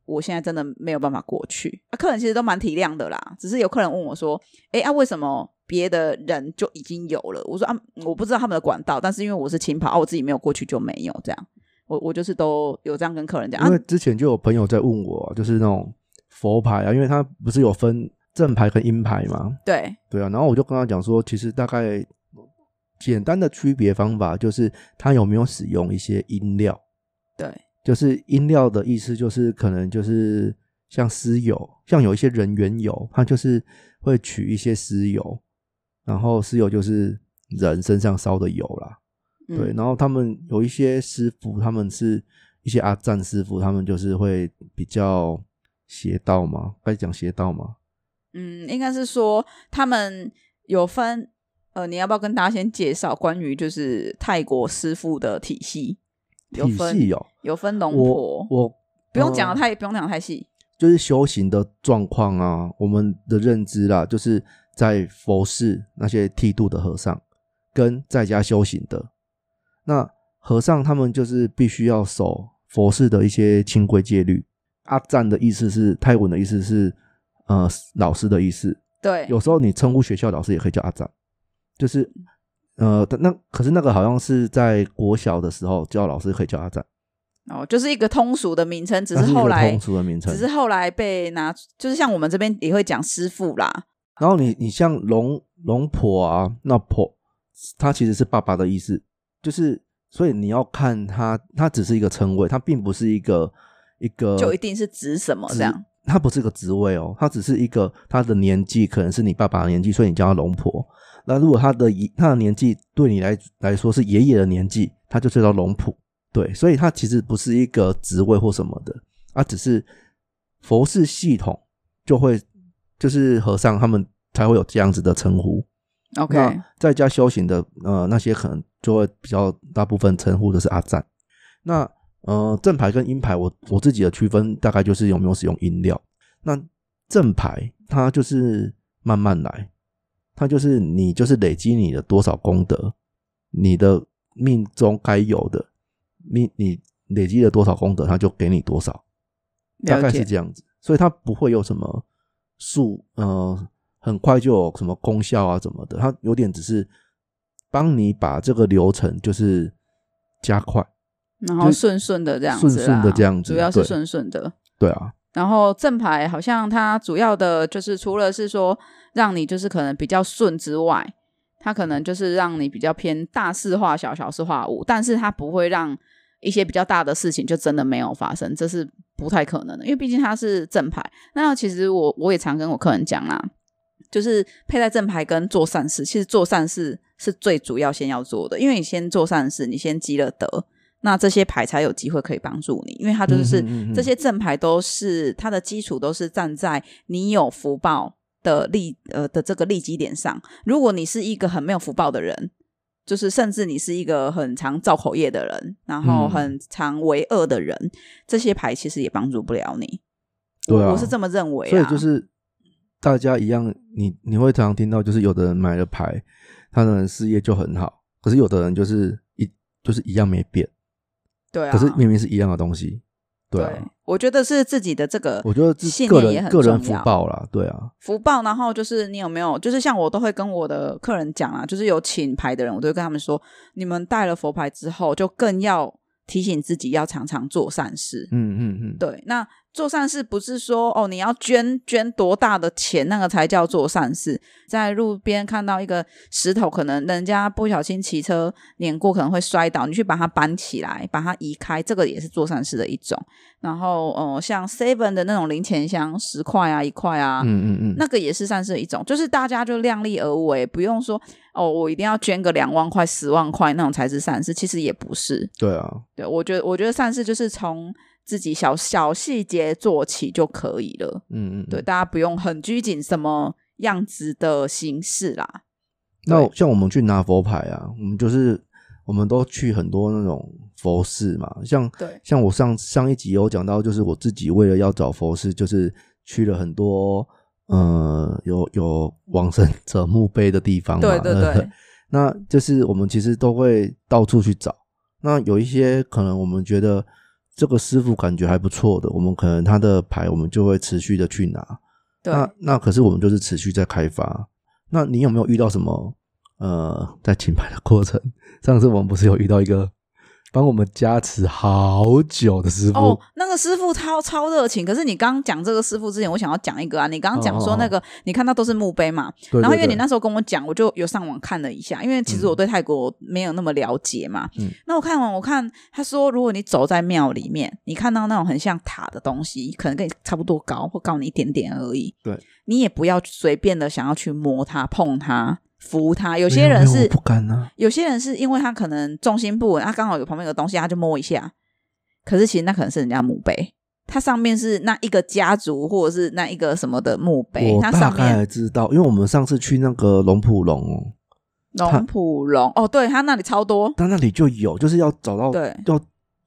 S2: 我现在真的没有办法过去。啊、客人其实都蛮体谅的啦，只是有客人问我说，哎、啊，为什么别的人就已经有了？我说啊，我不知道他们的管道，但是因为我是清跑，啊，我自己没有过去就没有这样。我我就是都有这样跟客人讲，啊
S1: 因为，之前就有朋友在问我，就是那种佛牌啊，因为它不是有分正牌跟阴牌嘛，
S2: 对，
S1: 对啊，然后我就跟他讲说，其实大概简单的区别方法就是它有没有使用一些音料，
S2: 对，
S1: 就是音料的意思就是可能就是像尸油，像有一些人缘油，它就是会取一些尸油，然后尸油就是人身上烧的油啦。
S2: 嗯
S1: 对，，然后他们有一些师傅，他们是一些阿赞师傅，他们就是会比较邪道嘛，该讲邪道嘛，
S2: 嗯，应该是说他们有分，呃，你要不要跟大家先介绍关于就是泰国师傅的体系？有
S1: 体
S2: 分
S1: 系哦、
S2: 有分龙
S1: 我
S2: 婆，
S1: 我
S2: 不用讲的
S1: 呃
S2: 太、不用讲得太细，
S1: 就是修行的状况啊，我们的认知啦，就是在佛寺那些剃度的和尚，跟在家修行的。那和尚他们就是必须要守佛寺的一些清规戒律。阿赞的意思是泰文的意思是呃老师的意思，
S2: 对，
S1: 有时候你称呼学校老师也可以叫阿赞，就是呃那可是那个好像是在国小的时候叫老师可以叫阿赞，
S2: 哦，就是一个通俗的名称，只
S1: 那是一个
S2: 后来
S1: 通俗的名称
S2: 只。是后来被拿，就是像我们这边也会讲师傅啦，
S1: 然后你你像龙龙婆啊，那婆，它其实是爸爸的意思，就是所以你要看它，它只是一个称谓，它并不是一个一个
S2: 就一定是指什么这样。
S1: 它不是个职位哦，它只是一个他的年纪可能是你爸爸的年纪，所以你叫他龙婆。那如果他的爷他的年纪对你来来说是爷爷的年纪，他就叫做龙普。对，所以它其实不是一个职位或什么的，啊，只是佛事系统就会就是和尚他们才会有这样子的称呼。
S2: OK，
S1: 那在家修行的呃那些可能就会比较大部分称呼的是阿赞。那呃正牌跟阴牌我，我自己的区分大概就是有没有使用音料。那正牌它就是慢慢来，它就是你就是累积你的多少功德，你的命中该有的命，你累积了多少功德，它就给你多少。大概
S2: 了
S1: 是
S2: 解。
S1: 这样子，所以它不会有什么速呃很快就有什么功效啊怎么的，它有点只是帮你把这个流程就是加快，
S2: 然后顺顺的这样子啦，
S1: 顺顺的这样子
S2: 主要是
S1: 对
S2: 顺顺的。
S1: 对啊，
S2: 然后正牌好像它主要的就是除了是说让你就是可能比较顺之外，它可能就是让你比较偏大事化小，小事化无，但是它不会让一些比较大的事情就真的没有发生，这是不太可能的，因为毕竟它是正牌。那其实我我也常跟我客人讲啦，就是佩戴正牌跟做善事，其实做善事是最主要先要做的，因为你先做善事，你先积了德，那这些牌才有机会可以帮助你，因为它就是、
S1: 嗯哼嗯哼
S2: 这些正牌都是它的基础都是站在你有福报的利呃的这个利基点上。如果你是一个很没有福报的人，就是甚至你是一个很常造口业的人，然后
S1: 嗯
S2: 很常为恶的人，这些牌其实也帮助不了你。
S1: 对啊
S2: 我我是这么认为啊。
S1: 所以就是大家一样，你你会常常听到，就是有的人买了牌，他的人事业就很好，可是有的人就是一就是一样没变，
S2: 对啊，
S1: 可是明明是一样的东西，对啊，
S2: 对，我觉得是自己的这个
S1: 我觉得这
S2: 信
S1: 个
S2: 念也
S1: 人
S2: 很
S1: 个人
S2: 重
S1: 福
S2: 要
S1: 报啦，对啊，
S2: 福报，然后就是你有没有，就是像我都会跟我的客人讲啊，就是有请牌的人，我都会跟他们说，你们带了佛牌之后，就更要提醒自己要常常做善事。
S1: 嗯嗯嗯，
S2: 对，那做善事不是说哦，你要捐捐多大的钱，那个才叫做善事。在路边看到一个石头，可能人家不小心骑车碾过，可能会摔倒，你去把它搬起来，把它移开，这个也是做善事的一种。然后，呃，像 Seven 的那种零钱箱，十块啊，一块啊，
S1: 嗯嗯嗯，
S2: 那个也是善事的一种，就是大家就量力而为，不用说哦，我一定要捐个两万块、十万块那种才是善事，其实也不是。
S1: 对啊，
S2: 对我觉得，我觉得善事就是从自己小小细节做起就可以了。
S1: 嗯嗯，嗯
S2: 对，大家不用很拘谨什么样子的形式啦。
S1: 那
S2: 对
S1: 像我们去拿佛牌啊，我们就是我们都去很多那种佛寺嘛，像
S2: 对
S1: 像我上上一集有讲到，就是我自己为了要找佛寺，就是去了很多呃有有往生者墓碑的地方嘛，
S2: 对对 对，
S1: 那就是我们其实都会到处去找。那有一些可能我们觉得这个师傅感觉还不错的，我们可能他的牌我们就会持续的去拿。
S2: 对，
S1: 那那可是我们就是持续在开发。那你有没有遇到什么呃，在请牌的过程？上次我们不是有遇到一个帮我们加持好久的师傅？
S2: 哦，那个师傅超超热情。可是你刚讲这个师傅之前，我想要讲一个啊，你刚刚
S1: 哦
S2: 讲说那个，你看到都是墓碑嘛，
S1: 对对对
S2: 然后因为你那时候跟我讲，我就有上网看了一下，因为其实我对泰国没有那么了解嘛。
S1: 嗯
S2: 那我看完，我看他说，如果你走在庙里面，你看到那种很像塔的东西，可能跟你差不多高，或高你一点点而已。
S1: 对，
S2: 你也不要随便的想要去摸它、碰它、扶它。有
S1: 有
S2: 些人
S1: 没有我
S2: 是
S1: 不敢啊，
S2: 有些人是因为他可能重心不稳，他刚好有旁边有个东西，他就摸一下。可是其实那可能是人家墓碑，它上面是那一个家族或者是那一个什么的墓碑，
S1: 我
S2: 它
S1: 大
S2: 上面
S1: 概知道，因为我们上次去那个龙普龙哦，
S2: 龙普龙哦，对，它那里超多，
S1: 但那里就有，就是要找到
S2: 对
S1: 要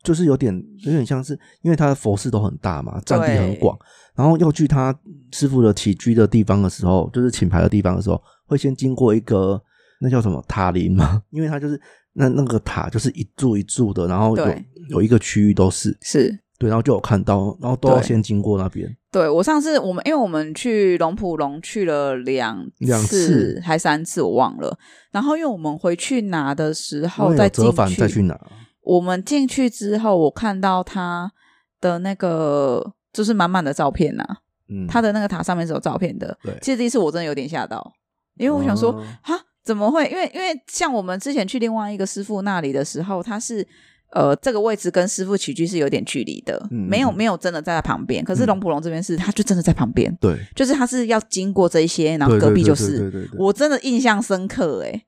S1: 就是有点有点像是，因为它的佛寺都很大嘛，占地很广，然后要去他师傅的起居的地方的时候，就是请牌的地方的时候，会先经过一个那叫什么塔林嘛， 因为它就是那那个塔就是一柱一柱的，然后有
S2: 对
S1: 有一个区域都是
S2: 是
S1: 对，然后就有看到，然后都要
S2: 对
S1: 先经过那边，
S2: 对我上次我们因为我们去龙浦龙去了两
S1: 两次
S2: 还三次我忘了，然后因为我们回去拿的时
S1: 然
S2: 候
S1: 后
S2: 再
S1: 有
S2: 进
S1: 折返再去拿，
S2: 我们进去之后，我看到他的那个就是满满的照片呐、
S1: 嗯，
S2: 他的那个塔上面是有照片的。
S1: 对
S2: 其实第一次我真的有点吓到，因为我想说
S1: 哦
S2: 哈、怎么会？因为因为像我们之前去另外一个师傅那里的时候，他是。呃，这个位置跟师傅起居是有点距离的，
S1: 嗯
S2: 没有
S1: 嗯
S2: 没有真的在他旁边。可
S1: 嗯
S2: 是龙普龙这边是，他就真的在旁边，
S1: 对，
S2: 就是他是要经过这一些，然后
S1: 对
S2: 隔壁就是，
S1: 对对对对对
S2: 我真的印象深刻哎、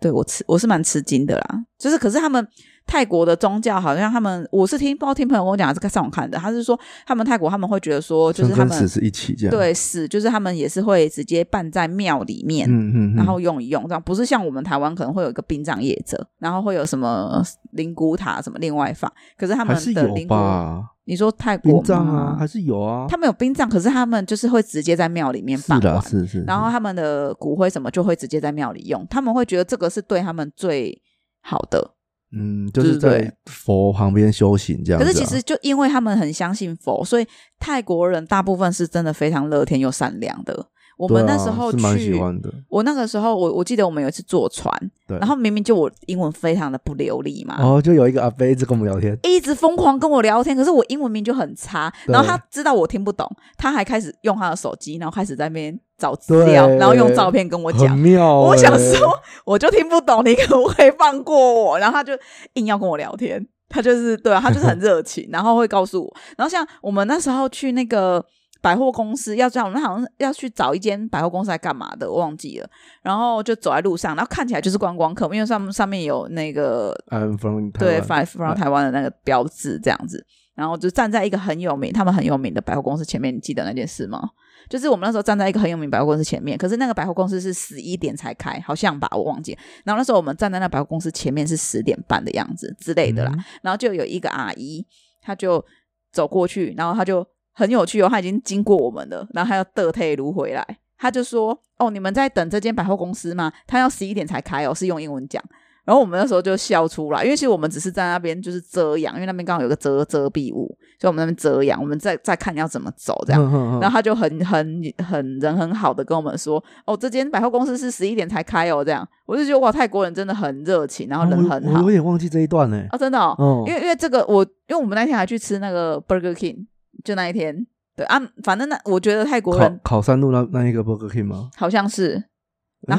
S2: 对我吃我是蛮吃惊的啦，就是可是他们泰国的宗教好像他们我是听不知道听朋友跟我讲还是上网看的，他是说他们泰国他们会觉得说就是
S1: 生
S2: 他
S1: 跟
S2: 们
S1: 死是一起这样，
S2: 对死就是他们也是会直接办在庙里面，
S1: 嗯，嗯嗯，
S2: 然后用一用，这样不是像我们台湾可能会有一个殡葬业者，然后会有什么灵骨塔什么另外放，可是他
S1: 还
S2: 们
S1: 是
S2: 的
S1: 有
S2: 灵骨，
S1: 吧，
S2: 你说泰国
S1: 殡葬啊
S2: 吗，
S1: 还是有啊，
S2: 他们有殡葬，可是他们就是会直接在庙里面
S1: 是
S2: 办
S1: 的，
S2: 完。
S1: 是是，
S2: 然后
S1: 是
S2: 他们的骨灰什么就会直接在庙里用，他们会觉得这个是对他们最好的。
S1: 嗯，就
S2: 对
S1: 是
S2: 对对
S1: 在佛旁边修行这样
S2: 可
S1: 子啊。
S2: 是其实就因为他们很相信佛，所以泰国人大部分是真的非常乐天又善良的。我
S1: 我
S2: 们那时候
S1: 啊是蛮
S2: 去，
S1: 喜欢的，
S2: 我那个时候我我记得我们有一次坐船，
S1: 对。
S2: 然后明明就我英文非常的不流利嘛。
S1: 哦，就有一个阿伯一直跟我们聊天，
S2: 一直疯狂跟我聊天，可是我英文名就很差，
S1: 对
S2: 然后他知道我听不懂，他还开始用他的手机，然后开始在那边找资
S1: 对
S2: 料，然后用照片跟我讲
S1: 很，妙欸。
S2: 我想说，我就听不懂，你可不可以放过我？然后他就硬要跟我聊天，他就是对、啊，他 就是很热情，然后会告诉我。然后像我们那时候去那个百货公司，要这样，我们好像要去找一间百货公司来干嘛的，我忘记了。然后就走在路上，然后看起来就是观光客，因为上上面有那个
S1: ，I'm from
S2: 对
S1: Taiwan
S2: Five from 台湾的那个标志这样子，然后就站在一个很有名，他们很有名的百货公司前面，你记得那件事吗？就是我们那时候站在一个很有名百货公司前面，可是那个百货公司是十一点才开，好像吧，我忘记了。然后那时候我们站在那百货公司前面是十点半的样子之类的啦。
S1: 嗯
S2: 然后就有一个阿姨，她就走过去，然后她就很有趣哦，她已经经过我们了，然后她要得退如回来，她就说：“哦，你们在等这间百货公司吗？她要十一点才开哦，是用英文讲。”然后我们那时候就笑出来，因为其实我们只是在那边就是遮阳，因为那边刚好有个遮遮蔽物，所以我们在那边遮阳，我们再再看要怎么走这样。
S1: 哼哼哼
S2: 然后他就很很很人很好的跟我们说，哦，这间百货公司是十一点才开哦，这样。我就觉得哇，泰国人真的很热情，然后人
S1: 啊
S2: 很
S1: 我我
S2: 好
S1: 有点忘记这一段呢。
S2: 哦，真的哦，
S1: 哦
S2: 因为因为这个我，因为我们那天还去吃那个 Burger King，就那一天，对啊，反正那我觉得泰国
S1: 考
S2: 人
S1: 考山路那那一个 Burger King 吗？
S2: 好像是，然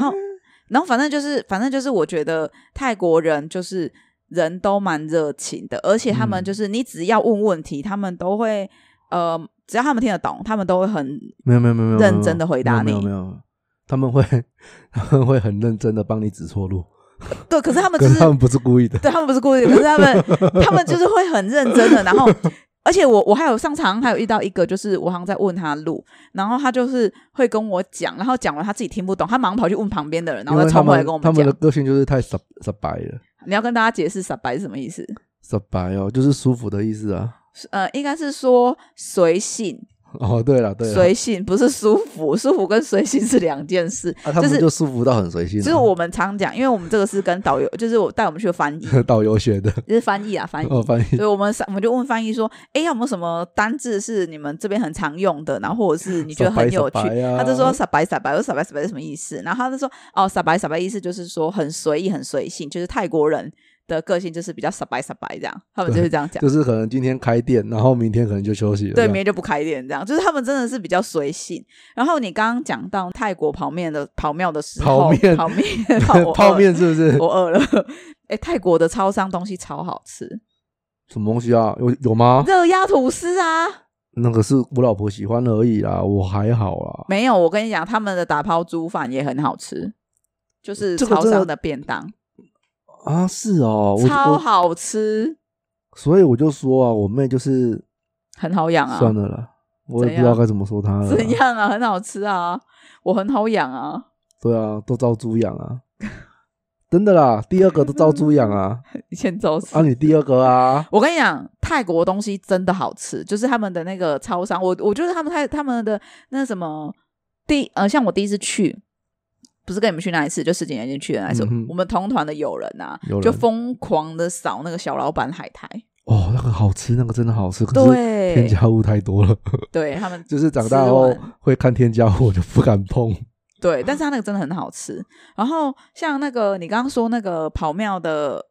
S1: 嗯
S2: 后、然后反正就是反正就是我觉得泰国人就是人都蛮热情的，而且他们
S1: 嗯
S2: 就是你只要问问题，他们都会呃，只要他们听得懂，他们都会很
S1: 没有没有没有没有没有
S2: 认真地回答
S1: 没有
S2: 你
S1: 没有没有，他们会 他们会很认真的帮你指错路，
S2: 对，可是他们就
S1: 可
S2: 是
S1: 是他们不是故意的。
S2: 对他们不是故意的，可是他们他们就是会很认真的，然后。而且我我还有上场，还有遇到一个，就是我好像在问他路，然后他就是会跟我讲，然后讲完他自己听不懂，他马上跑去问旁边的人，然
S1: 因为
S2: 后再
S1: 他
S2: 冲回来
S1: 们
S2: 跟我
S1: 他们
S2: 讲
S1: 的。个性就是太傻傻白了，
S2: 你要跟大家解释“傻白”是什么意思？
S1: 傻白哦，就是舒服的意思啊。
S2: 是呃，应该是说随性，
S1: 哦，对了对了，
S2: 随性不是舒服，舒服跟随性是两件事。
S1: 啊，他
S2: 就
S1: 们
S2: 是
S1: 就舒服到很随性啊，
S2: 就是我们常讲，因为我们这个是跟导游，就是我带我们去翻译，
S1: 导游学的，
S2: 就是翻译啊，翻译。
S1: 哦，翻译
S2: 所以我们三我们就问翻译说：“哎，有没有什么单字是你们这边很常用的？然后或 者是你觉得很有趣
S1: 傻白傻白？”啊
S2: 他就说“傻白傻白”，我说“傻白傻白”是什么意思？然后他就说：“哦，傻白傻白意思就是说很随意、很随性，就是泰国人的个性就是比较傻白傻白这样，他们就是这样讲。”
S1: 就是可能今天开店，然后明天可能就休息了。
S2: 对，
S1: 这
S2: 明
S1: 样
S2: 天就不开店，这样就是他们真的是比较随性。然后你刚刚讲到泰国跑面的跑庙的时候，
S1: 跑 面
S2: 跑面 跑我饿
S1: 泡面是不是？
S2: 我饿了。 哎，泰国的超商东西超好吃，
S1: 什么东西啊？有有吗？
S2: 热压吐司啊，
S1: 那个是我老婆喜欢而已啦，我还好啦。
S2: 没有，我跟你讲，他们的打抛猪饭也很好吃，就是
S1: 这个
S2: 超
S1: 真的
S2: 商的便当，
S1: 啊，是哦，我
S2: 超
S1: 我
S2: 好吃，
S1: 所以我就说啊，我妹就是
S2: 很好养啊。
S1: 算了啦，我也
S2: 怎
S1: 不知道
S2: 样
S1: 该怎么说她了啦。
S2: 怎样啊？很好吃啊，我很好养啊。
S1: 对啊，都遭猪养啊。 真的啦，第二个都照猪养 啊，
S2: 先走死。
S1: 啊你第二个啊，
S2: 我跟你讲，泰国东西真的好吃，就是他们的那个超商，我我觉得他们泰他们的那什么第呃，像我第一次去，不是跟你们去那一次，就十几年前去的那一次，
S1: 嗯哼
S2: 我们同团的友人啊，
S1: 有人
S2: 就疯狂的扫那个小老板海苔，
S1: 哦那个好吃，那个真的好吃，可是添
S2: 对，
S1: 加物太多了，
S2: 对他们
S1: 就是长大后
S2: 吃
S1: 会看添加物，我就不敢碰。
S2: 对，
S1: 嗯
S2: 但是它那个真的很好吃。然后像那个你刚刚说那个跑庙的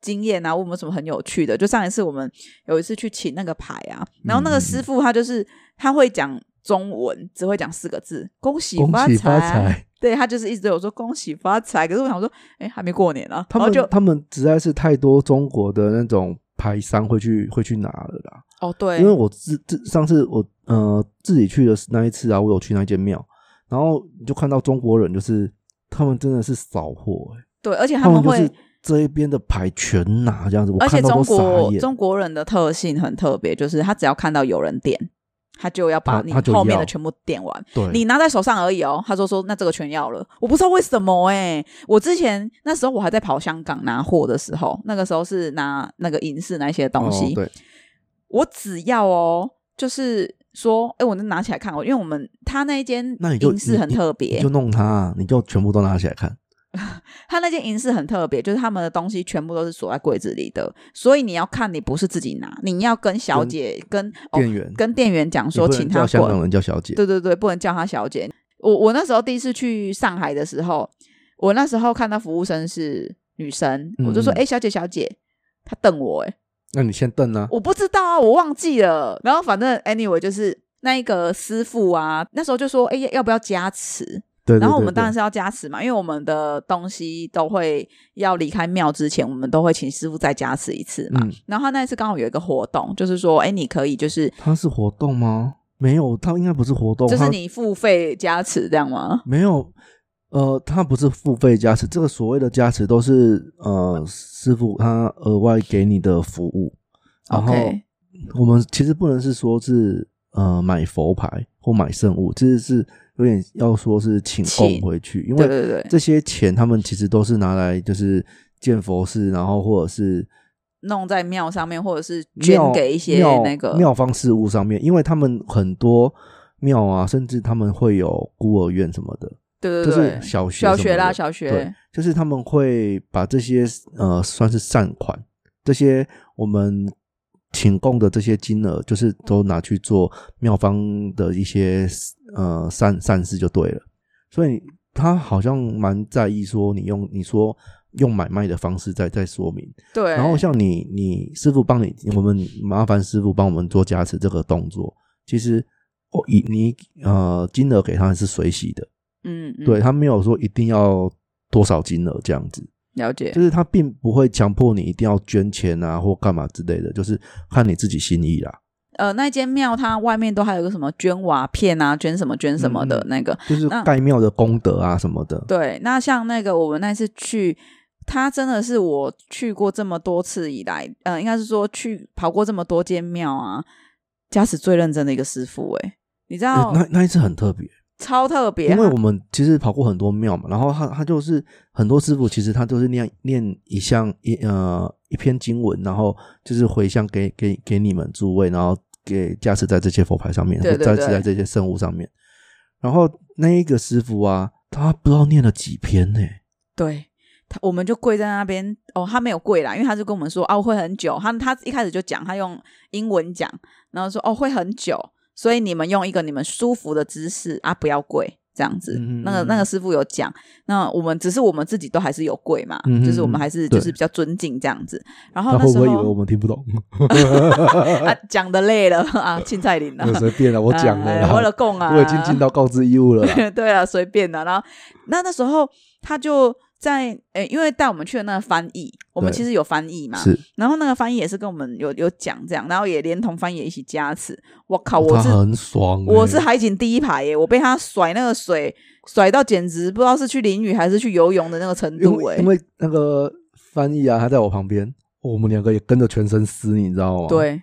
S2: 经验啊，我们有什么很有趣的？就上一次我们有一次去请那个牌啊，然后那个
S1: 嗯
S2: 师傅他就是他会讲中文，只会讲四个字“恭喜
S1: 恭
S2: 发
S1: 喜发
S2: 财”
S1: 财！
S2: 对他就是一直都有说“恭喜发财”，可是我想说，哎，还没过年啊，
S1: 他
S2: 然
S1: 们
S2: 后就
S1: 他们实在是太多中国的那种牌商会去会去拿了啦。
S2: 哦对，
S1: 因为我自自上次我呃自己去的那一次啊，我有去那间庙，然后你就看到中国人就是他们真的是扫货、欸，
S2: 对，而且
S1: 他
S2: 们
S1: 就
S2: 会
S1: 是这一边的牌全拿这样子，我
S2: 而且
S1: 看到都
S2: 中
S1: 傻
S2: 国
S1: 眼。
S2: 中国人的特性很特别，就是他只要看到有人点，他就要把
S1: 他
S2: 你
S1: 他就
S2: 后面
S1: 要
S2: 的全部点完。
S1: 对，
S2: 你拿在手上而已哦。他说说那这个全要了，我不知道为什么哎、我之前那时候我还在跑香港拿货的时候，那个时候是拿那个银饰那些东西，
S1: 哦、对，
S2: 我只要哦，就是说哎、我能拿起来看哦，因为我们他那一间
S1: 那你就
S2: 银饰很特别
S1: 你就，弄它，你就全部都拿起来看。
S2: 他那间银饰很特别，就是他们的东西全部都是锁在柜子里的，所以你要看，你不是自己拿，你要跟小
S1: 跟
S2: 姐跟哦
S1: 店员
S2: 跟店员讲
S1: 你
S2: 说，
S1: 不能
S2: 请
S1: 叫
S2: 他
S1: 香
S2: 滚
S1: 港。人叫小姐，
S2: 对对对，不能叫她小姐。我我那时候第一次去上海的时候，我那时候看到服务生是女生，我就说：“
S1: 嗯
S2: 哎、小姐，小姐。”她瞪我、哎，
S1: 那你先瞪啊。
S2: 我不知道啊，我忘记了。然后反正 anyway 就是那一个师傅啊，那时候就说：“哎、要不要加持？”
S1: 对对对
S2: 然后我们当然
S1: 时
S2: 是要加持嘛，因为我们的东西都会要离开庙之前，我们都会请师傅再加持一次嘛。
S1: 嗯，
S2: 然后他那一次刚好有一个活动，就是说，哎，你可以就是
S1: 它是活动吗？没有，它应该不是活动，
S2: 就是
S1: 它
S2: 你付费加持这样吗？
S1: 没有，呃，他不是付费加持，这个所谓的加持都是呃师傅他额外给你的服务。然后
S2: OK
S1: 我们其实不能是说是呃买佛牌或买圣物，这是有点要说是请供
S2: 请
S1: 回去，因
S2: 对
S1: 为
S2: 对对，
S1: 这些钱他们其实都是拿来就是建佛寺，然后或者是
S2: 弄在庙上面，或者是捐
S1: 庙
S2: 给一些
S1: 庙
S2: 那个
S1: 庙方事务上面，因为他们很多庙啊，甚至他们会有孤儿院什么的，
S2: 对
S1: 就
S2: 对
S1: 是
S2: 对，
S1: 小学
S2: 小
S1: 什
S2: 学
S1: 么
S2: 啦，
S1: 的
S2: 小
S1: 对
S2: 学，
S1: 就是他们会把这些呃算是善款，这些我们请供的这些金额，就是都拿去做庙方的一些呃善善事就对了。所以他好像蛮在意说你用你说用买卖的方式在在说明。
S2: 对。
S1: 然后像你你师傅帮你，我们麻烦师傅帮我们做加持这个动作，其实。哦，以你呃金额给他是随喜的，
S2: 嗯，嗯
S1: 对他没有说一定要多少金额这样子，
S2: 了解
S1: 就。是他并不会强迫你一定要捐钱啊或干嘛之类的，就是看你自己心意啦。
S2: 呃，那间庙它外面都还有个什么捐瓦片啊，捐什么捐什么
S1: 嗯
S2: 的
S1: 嗯
S2: 那个。
S1: 就是
S2: 啊那
S1: 盖庙的功德啊什么的，
S2: 对，那像那个我们那次去。它真的是我去过这么多次以来，呃，应该是说去跑过这么多间庙啊，加持最认真的一个师傅、欸，你知道、
S1: 呃那那一次很特别，
S2: 超特别，啊
S1: 因为
S2: 他
S1: 我们其实跑过很多庙嘛，然后他他就是很多师傅，其实他都是念念一项一呃一篇经文，然后就是回向给给给你们诸位，然后给加持在这些佛牌上面，
S2: 对对
S1: 或加
S2: 对
S1: 持在这些圣物上面。然后那一个师傅啊，他不知道念了几篇呢、
S2: 对他，我们就跪在那边哦，他没有跪啦，因为他就跟我们说哦会很久，他他一开始就讲，他用英文讲，然后说哦会很久，所以你们用一个你们舒服的姿势啊，不要跪。这样子，
S1: 嗯
S2: 那个
S1: 嗯
S2: 那个
S1: 嗯
S2: 师傅有讲，那我们只是我们自己都还是有跪嘛，
S1: 嗯
S2: 就是我
S1: 嗯
S2: 们
S1: 嗯
S2: 还是就
S1: 对
S2: 是比较尊敬这样子。然后
S1: 他
S2: 哦那
S1: 会
S2: 时
S1: 不
S2: 候
S1: 会以为我们听不 懂？
S2: 啊讲的累了 啊，青菜 林啊，
S1: 随便了，我讲了
S2: 哎为了
S1: 啦，
S2: 供啊，
S1: 我已经尽到告知义务 了啦。
S2: 对啊，随便的、然后那那时候他就在诶，因为带我们去的那个翻译，我们
S1: 对
S2: 其实有翻译嘛，
S1: 是，
S2: 然后那个翻译也是跟我们有有讲这样，然后也连同翻译也一起加持。我靠，我
S1: 哦他
S2: 是
S1: 很爽欸，
S2: 我是海景第一排耶，我被他甩那个水甩到简直不知道是去淋雨还是去游泳的那个程
S1: 因
S2: 度
S1: 为
S2: 哎
S1: 因。为那哦个翻译啊，他在我旁边，我们两个也跟着全身湿，你知道吗？，
S2: 对，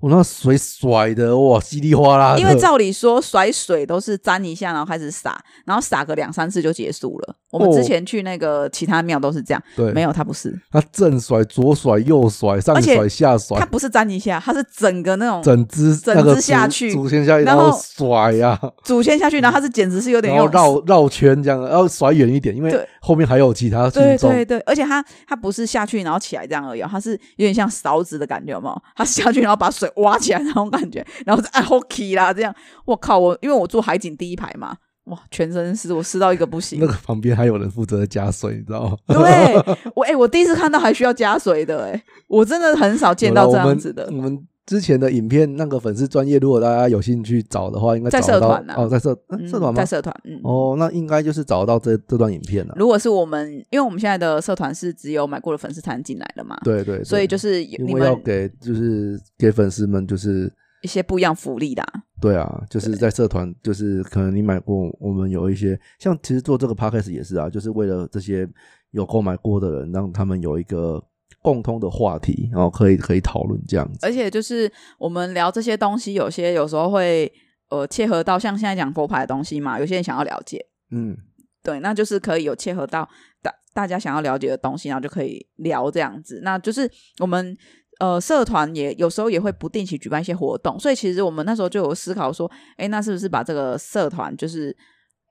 S1: 我那水甩的哇，稀里哗啦的。
S2: 因为照理说甩水都是沾一下，然后开始撒，然后撒个两三次就结束了。我们
S1: 哦
S2: 之前去那个其他庙都是这样，
S1: 对
S2: 没有他不是，
S1: 他正甩、左甩、右甩、上
S2: 而且
S1: 甩、下
S2: 他
S1: 甩，
S2: 不是沾一下，他是整个那种
S1: 整只
S2: 整
S1: 那个
S2: 只下
S1: 竹
S2: 去
S1: 竹签下去，然
S2: 然后
S1: 后甩呀、
S2: 祖先下去，然后他是简直是有点
S1: 嗯然后
S2: 用
S1: 绕绕圈这样，然后甩远一点，因
S2: 对
S1: 为后面还有其他
S2: 对
S1: 群众。
S2: 对对，而且他他不是下去然后起来这样而已哦，他是有点像勺子的感觉，有没有？他下去然后把水挖起来那种感觉， 然后再按 hockey 啊啦这样。我靠，我因为我住海景第一排嘛，哇，全身湿，我湿到一个不行
S1: 那。个旁边还有人负责加水，你知道吗？
S2: 对我哎、我第一次看到还需要加水的哎、我真的很少见到
S1: 有
S2: 这
S1: 啦
S2: 样子的
S1: 我。们。我们之前的影片那个粉丝专业，如果大家有兴趣找的话，应该
S2: 在
S1: 找得
S2: 社
S1: 到
S2: 团啊
S1: 哦，在社、呃
S2: 嗯
S1: 社团吗
S2: 在？社团，嗯。
S1: 哦，那应该就是找得到这这段影片了。
S2: 如果是我们，因为我们现在的社团是只有买过的粉丝才能进来了嘛，
S1: 对对对，
S2: 所以就是
S1: 因
S2: 你
S1: 为要
S2: 们
S1: 给就是给粉丝们就是
S2: 一些不一样福利啦。
S1: 对啊，就是在社团，就是可能你买过，我们有一些像其实做这个 podcast 也是啊，就是为了这些有购买过的人，让他们有一个共通的话题，然后可以可以讨论这样子。
S2: 而且就是我们聊这些东西，有些有时候会呃切合到像现在讲佛牌的东西嘛，有些人想要了解，
S1: 嗯，
S2: 对，那就是可以有切合到大大家想要了解的东西，然后就可以聊这样子。那就是我们呃社团也有时候也会不定期举办一些活动，所以其实我们那时候就有思考说，哎，那是不是把这个社团就是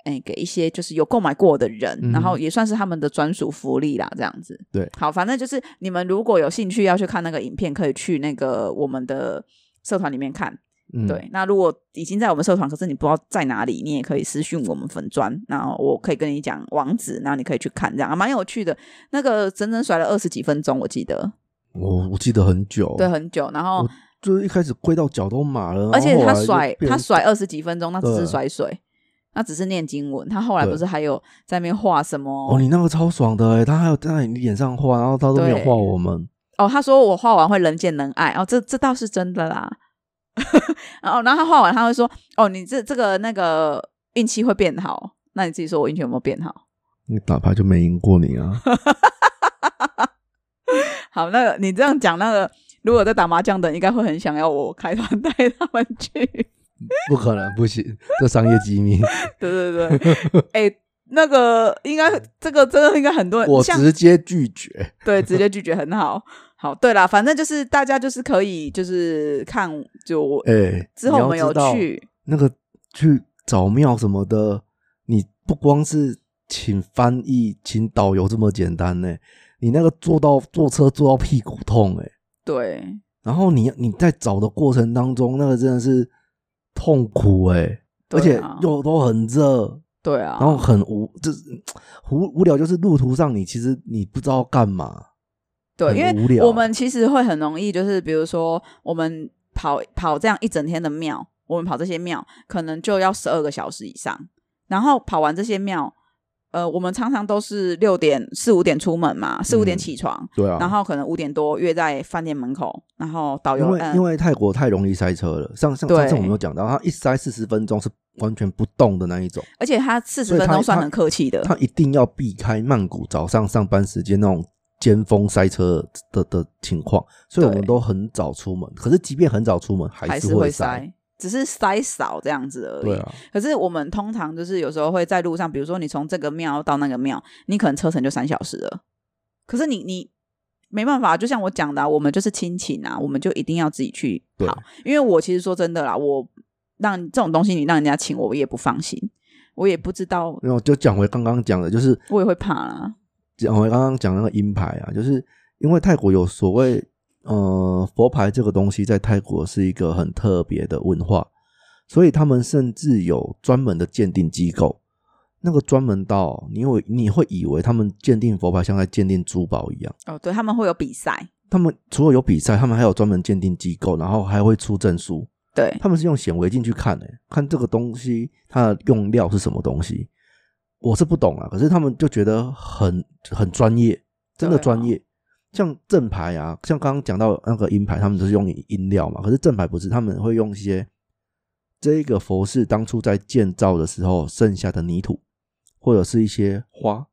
S2: 哎给一些就是有购买过的人，
S1: 嗯
S2: 然后也算是他们的专属福利啦，这样子。
S1: 对，
S2: 好，反正就是你们如果有兴趣要去看那个影片，可以去那个我们的。社团里面看，
S1: 嗯
S2: 对。，那如果已经在我们社团，可是你不知道在哪里，你也可以私讯我们粉砖，然后我可以跟你讲网址，然后你可以去看，这样啊蛮有趣的。那个整整甩了二十几分钟，我记得，
S1: 我我记得很久，
S2: 对，，很久。然后
S1: 我，就是一开始跪到脚都麻了，
S2: 而且
S1: 哦然后后
S2: 他
S1: 来就
S2: 甩
S1: 变
S2: 他
S1: 成
S2: 甩二十几分钟，那只是
S1: 对
S2: 甩水，那只是念经文。他后来
S1: 对
S2: 不是还有在那边画什么？
S1: 哦，你那个超爽的欸，他还有在你脸上画，然后他都没有
S2: 对
S1: 画我们，
S2: 哦，他说我画完会人见人爱，哦，这这倒是真的啦。 然后，然后他画完他会说，哦，你这这个那个运气会变好。那你自己说我运气有没有变好？
S1: 你打牌就没赢过你 啊，
S2: 好，那个你这样讲，那个如果在打麻将的，应该会很想要我开团带他们去。
S1: 不可能，不行，这商业机密，
S2: 对对对，哎、那个应该这个真的应该很多
S1: 我
S2: 人呃像
S1: 直接拒绝。
S2: 对直接拒绝很好。好，对啦，反正就是大家就是可以就是看就我、
S1: 哎、
S2: 之后
S1: 你
S2: 我
S1: 要
S2: 们有
S1: 知道
S2: 去，
S1: 那个去找庙什么的，你不光是请翻译、请导游这么简单呢、你那个坐到坐车坐到屁股痛哎、
S2: 对
S1: 然后你你在找的过程当中，那个真的是痛苦哎、而
S2: 对
S1: 且
S2: 啊
S1: 又都很热，
S2: 对啊，
S1: 然后很无，就是无无聊，就是路途上你其实你不知道干嘛，
S2: 对，
S1: 很
S2: 因
S1: 无
S2: 为
S1: 聊
S2: 我们其实会很容易，就是比如说我们跑跑这样一整天的庙，我们跑这些庙可能就要十二个小时以上，然后跑完这些庙，呃，我们常常都是六点四五点出门嘛，四五点
S1: 嗯
S2: 起床，
S1: 对啊
S2: 然后可能五点多约在饭店门口，然后导
S1: 因
S2: 游
S1: 为、
S2: 嗯
S1: 因为泰国太容易塞车了，上上
S2: 对
S1: 上次我们有讲到，它一塞四十分钟是完全不动的那一种。
S2: 而且他四十
S1: 所以
S2: 分
S1: 他
S2: 钟算
S1: 他
S2: 很客气的，
S1: 他一定要避开曼谷早上上班时间那种尖峰塞车的的的情况，所以我们
S2: 对
S1: 都很早出门。可是即便很早出门，
S2: 还
S1: 是
S2: 会
S1: 塞。
S2: 塞，只是塞少这样子而已。
S1: 对啊，
S2: 可是我们通常就是有时候会在路上，比如说你从这个庙到那个庙，你可能车程就三小时了。可是你你没办法，就像我讲的啊、我们就是亲情啊，我们就一定要自己去
S1: 对
S2: 跑。因为我其实说真的啦，我让这种东西你让人家请我，我也不放心，我也不知道，
S1: 然后就讲回刚刚讲的，就是
S2: 我也会怕啊啦。
S1: 讲回刚刚讲那个鹰牌啊，就是因为泰国有所谓呃佛牌这个东西，在泰国是一个很特别的文化，所以他们甚至有专门的鉴定机构。那个专门到你会你会以为他们鉴定佛牌像在鉴定珠宝一样。
S2: 哦，对他们会有比赛，
S1: 他们除了有比赛，他们还有专门鉴定机构，然后还会出证书。
S2: 对
S1: 他们是用显微镜去看诶、看这个东西它的用料是什么东西。我是不懂啊，可是他们就觉得很很专业，真的
S2: 对啊
S1: 专业。像正牌啊，像刚刚讲到那个银牌，他们都是用银料嘛，可是正牌不是，他们会用一些这个佛寺当初在建造的时候剩下的泥土，或者是一些花，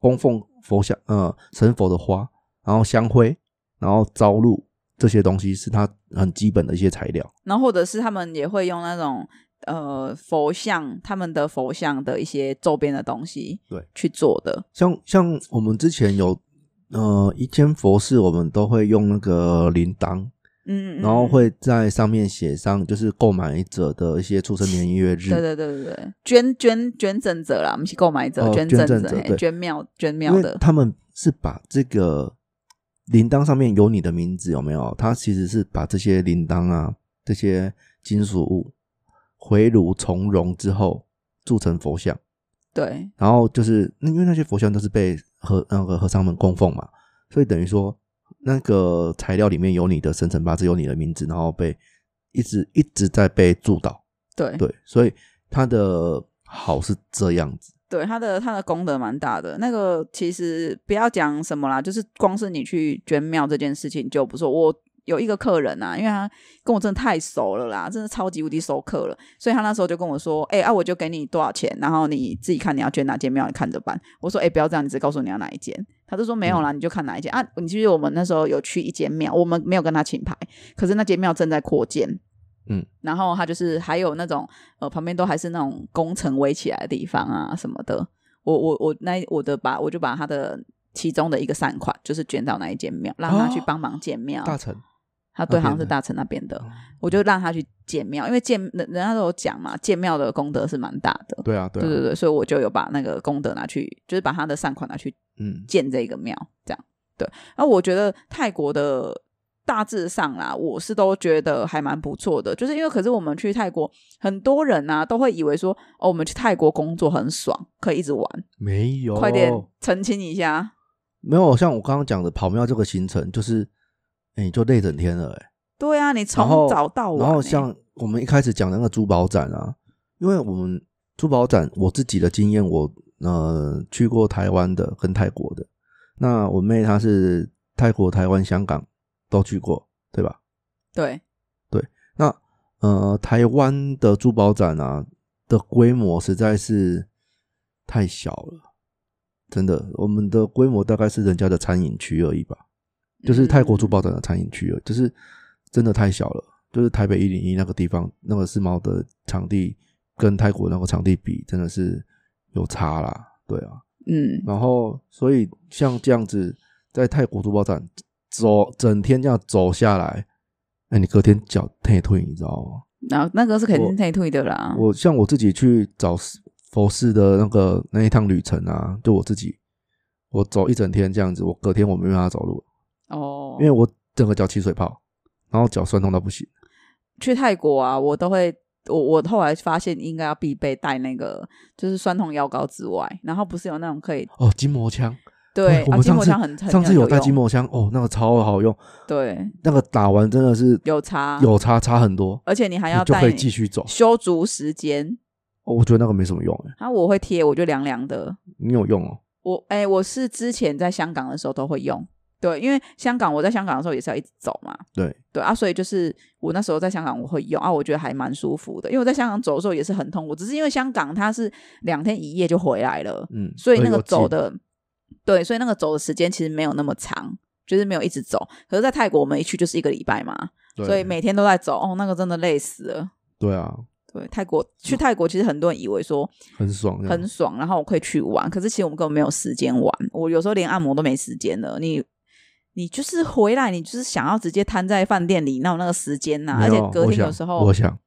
S1: 供奉佛像呃神佛的花，然后香灰，然后朝露这些东西是它很基本的一些材料。
S2: 然后或者是他们也会用那种呃佛像，他们的佛像的一些周边的东西，
S1: 对，
S2: 去做的，
S1: 像像我们之前有呃一间佛寺，我们都会用那个铃铛，
S2: 嗯，嗯嗯
S1: 然后会在上面写上就是购买者的一些出生年月日。
S2: 对对对对对，捐捐捐赠者啦，我们是购买者，
S1: 哦
S2: 赠
S1: 捐赠者
S2: 嘿
S1: 对
S2: 捐庙捐
S1: 因
S2: 庙
S1: 为
S2: 的，
S1: 他们是把这个铃铛上面有你的名字有没有？它其实是把这些铃铛啊这些金属物回炉从容之后铸成佛像。
S2: 对，
S1: 然后就是那因为那些佛像都是被呃和那个和尚们供奉嘛，所以等于说那个材料里面有你的生辰八字，有你的名字，然后被一直一直在被祝祷，
S2: 对
S1: 对，所以它的好是这样子，
S2: 对，它的它的功德蛮大的。那个其实不要讲什么啦，就是光是你去捐庙这件事情就不错。我有一个客人啊，因为他跟我真的太熟了啦，真的超级无敌熟客了，所以他那时候就跟我说：“哎、啊，我就给你多少钱，然后你自己看你要捐哪间庙，你看着办。”我说：“哎、不要这样，你只告诉我你要哪一间。”他就说：“
S1: 嗯
S2: 没有啦，你就看哪一间啊。”你记不记得我们那时候有去一间庙，我们没有跟他请牌，可是那间庙正在扩建。
S1: 嗯，
S2: 然后他就是还有那种呃，旁边都还是那种工程围起来的地方啊什么的。我我我那我的把我就把他的其中的一个善款，就是捐到那一间庙，让他去
S1: 哦
S2: 帮忙建庙。
S1: 大成
S2: 他
S1: 那
S2: 对，
S1: 边
S2: 好像是
S1: 的
S2: 大城那边的，
S1: 哦
S2: 我就让他去建庙，因为建人人家都有讲嘛，建庙的功德是蛮大的。
S1: 对啊，对
S2: 对
S1: 啊，
S2: 对，所以我就有把那个功德拿去，就是把他的善款拿去
S1: 嗯，
S2: 建这个庙，这样对。那我觉得泰国的大致上啦，我是都觉得还蛮不错的，就是因为可是我们去泰国，很多人啊都会以为说，哦，我们去泰国工作很爽，可以一直玩。
S1: 没有，
S2: 快点澄清一下，
S1: 没有，像我刚刚讲的跑庙这个行程，就是哎、你就累整天了、欸，
S2: 对啊，你
S1: 然后
S2: 从早到晚欸、
S1: 然后像我们一开始讲的那个珠宝展啊，因为我们珠宝展，我自己的经验，我呃去过台湾的跟泰国的。那我妹她是泰国、台湾、香港都去过，对吧？
S2: 对
S1: 那呃，台湾的珠宝展啊的规模实在是太小了，真的，我们的规模大概是人家的餐饮区而已吧，就是泰国珠宝展的餐饮区而已，就是真的太小了。就是台北一零一那个地方，那个世贸的场地跟泰国那个场地比，真的是有差啦，对啊。
S2: 嗯，
S1: 然后，所以像这样子，在泰国珠宝展走整天这样走下来，那、你隔天脚退退，你知道吗？
S2: 然后那个是肯
S1: 我
S2: 定内退的啦。
S1: 我像我自己去找寺佛寺的那个那一趟旅程啊，就我自己，我走一整天这样子，我隔天我没办法走路，
S2: 哦，
S1: 因为我整个脚起水泡，然后脚酸痛到不行。
S2: 去泰国啊，我都会，我我后来发现应该要必备带那个，就是酸痛药膏之外，然后不是有那种可以
S1: 哦，筋膜枪，
S2: 对，
S1: 我
S2: 啊，
S1: 们
S2: 筋
S1: 上
S2: 膜
S1: 次
S2: 枪很很
S1: 上次
S2: 很有
S1: 带
S2: 用
S1: 筋膜枪，哦，那个超好用，
S2: 对，
S1: 那个打完真的是
S2: 有差，
S1: 有差差很多，
S2: 而且你还
S1: 你
S2: 要
S1: 就
S2: 带
S1: 可以继续走。
S2: 修足时间，
S1: 哦我觉得那个没什么用、欸，
S2: 然后我会贴，我就凉凉的。
S1: 你有用哦？
S2: 我哎、我是之前在香港的时候都会用，对，因为香港我在香港的时候也是要一直走嘛，
S1: 对，
S2: 对啊，所以就是我那时候在香港我会用啊，我觉得还蛮舒服的，因为我在香港走的时候也是很痛苦，只是因为香港它是两天一夜就回来了，
S1: 嗯，
S2: 所以那
S1: 而
S2: 个
S1: 有
S2: 走
S1: 筋
S2: 的，对，所以那个走的时间其实没有那么长，就是没有一直走。可是，在泰国我们一去就是一个礼拜嘛，
S1: 对
S2: 所以每天都在走，哦，那个真的累死了。
S1: 对啊，
S2: 对，泰国去泰国，其实很多人以为说
S1: 很爽这样，
S2: 很爽，然后我可以去玩，可是其实我们根本没有时间玩。我有时候连按摩都没时间了，你。你就是回来，你就是想要直接瘫在饭店里，哪有那个时间呐、
S1: 没
S2: 啊而且
S1: 有
S2: 隔
S1: 我
S2: 天有
S1: 想
S2: 时
S1: 我
S2: 候
S1: 想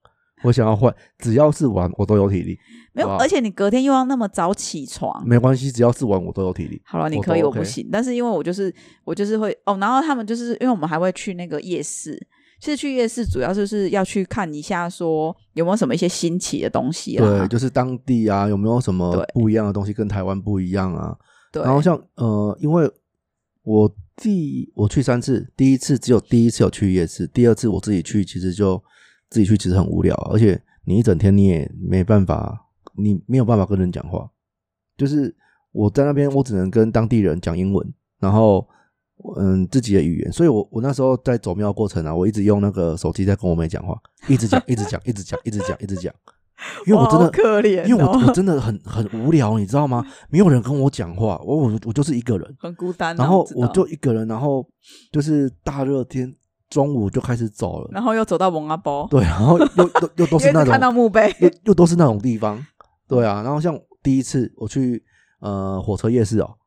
S1: 我想要换，只要是玩我都有体力，
S2: 没有，
S1: 哇
S2: 而且你隔天又要那么早起床，
S1: 没关系，只要是玩我都有体力。
S2: 好了，你
S1: 我
S2: 可以，
S1: 都
S2: 我
S1: OK
S2: 不行。但是因为我就是我就是会哦，然后他们就是因为我们还会去那个夜市，其实去夜市主要就是要去看一下说有没有什么一些新奇的东西啦
S1: 对，。就是当地啊，有没有什么
S2: 对
S1: 不一样的东西跟台湾不一样啊？
S2: 对
S1: 然后像呃，因为我第我去三次，第一次只有第一次有去夜市，第二次我自己去，其实就自己去其实很无聊，而且你一整天你也没办法，你没有办法跟人讲话，就是我在那边我只能跟当地人讲英文，然后。嗯，自己的语言，所以我我那时候在走庙的过程啊，我一直用那个手机在跟我妹讲话，一直讲，一直讲，一直讲，一直讲，一直讲，因为我
S2: 哇
S1: 真的
S2: 好可怜哦、
S1: 因为我我真的很很无聊，你知道吗？没有人跟我讲话，我我我就是一个人，
S2: 很孤单啊、
S1: 然后
S2: 知
S1: 我
S2: 道
S1: 就一个人，然后就是大热天中午就开始走了，
S2: 然后又走到蒙阿波，
S1: 对，然后又又又都
S2: 因为
S1: 是那种
S2: 看到 墓碑，
S1: 又又都是那种地方，对啊。然后像第一次我去呃火车夜市哦，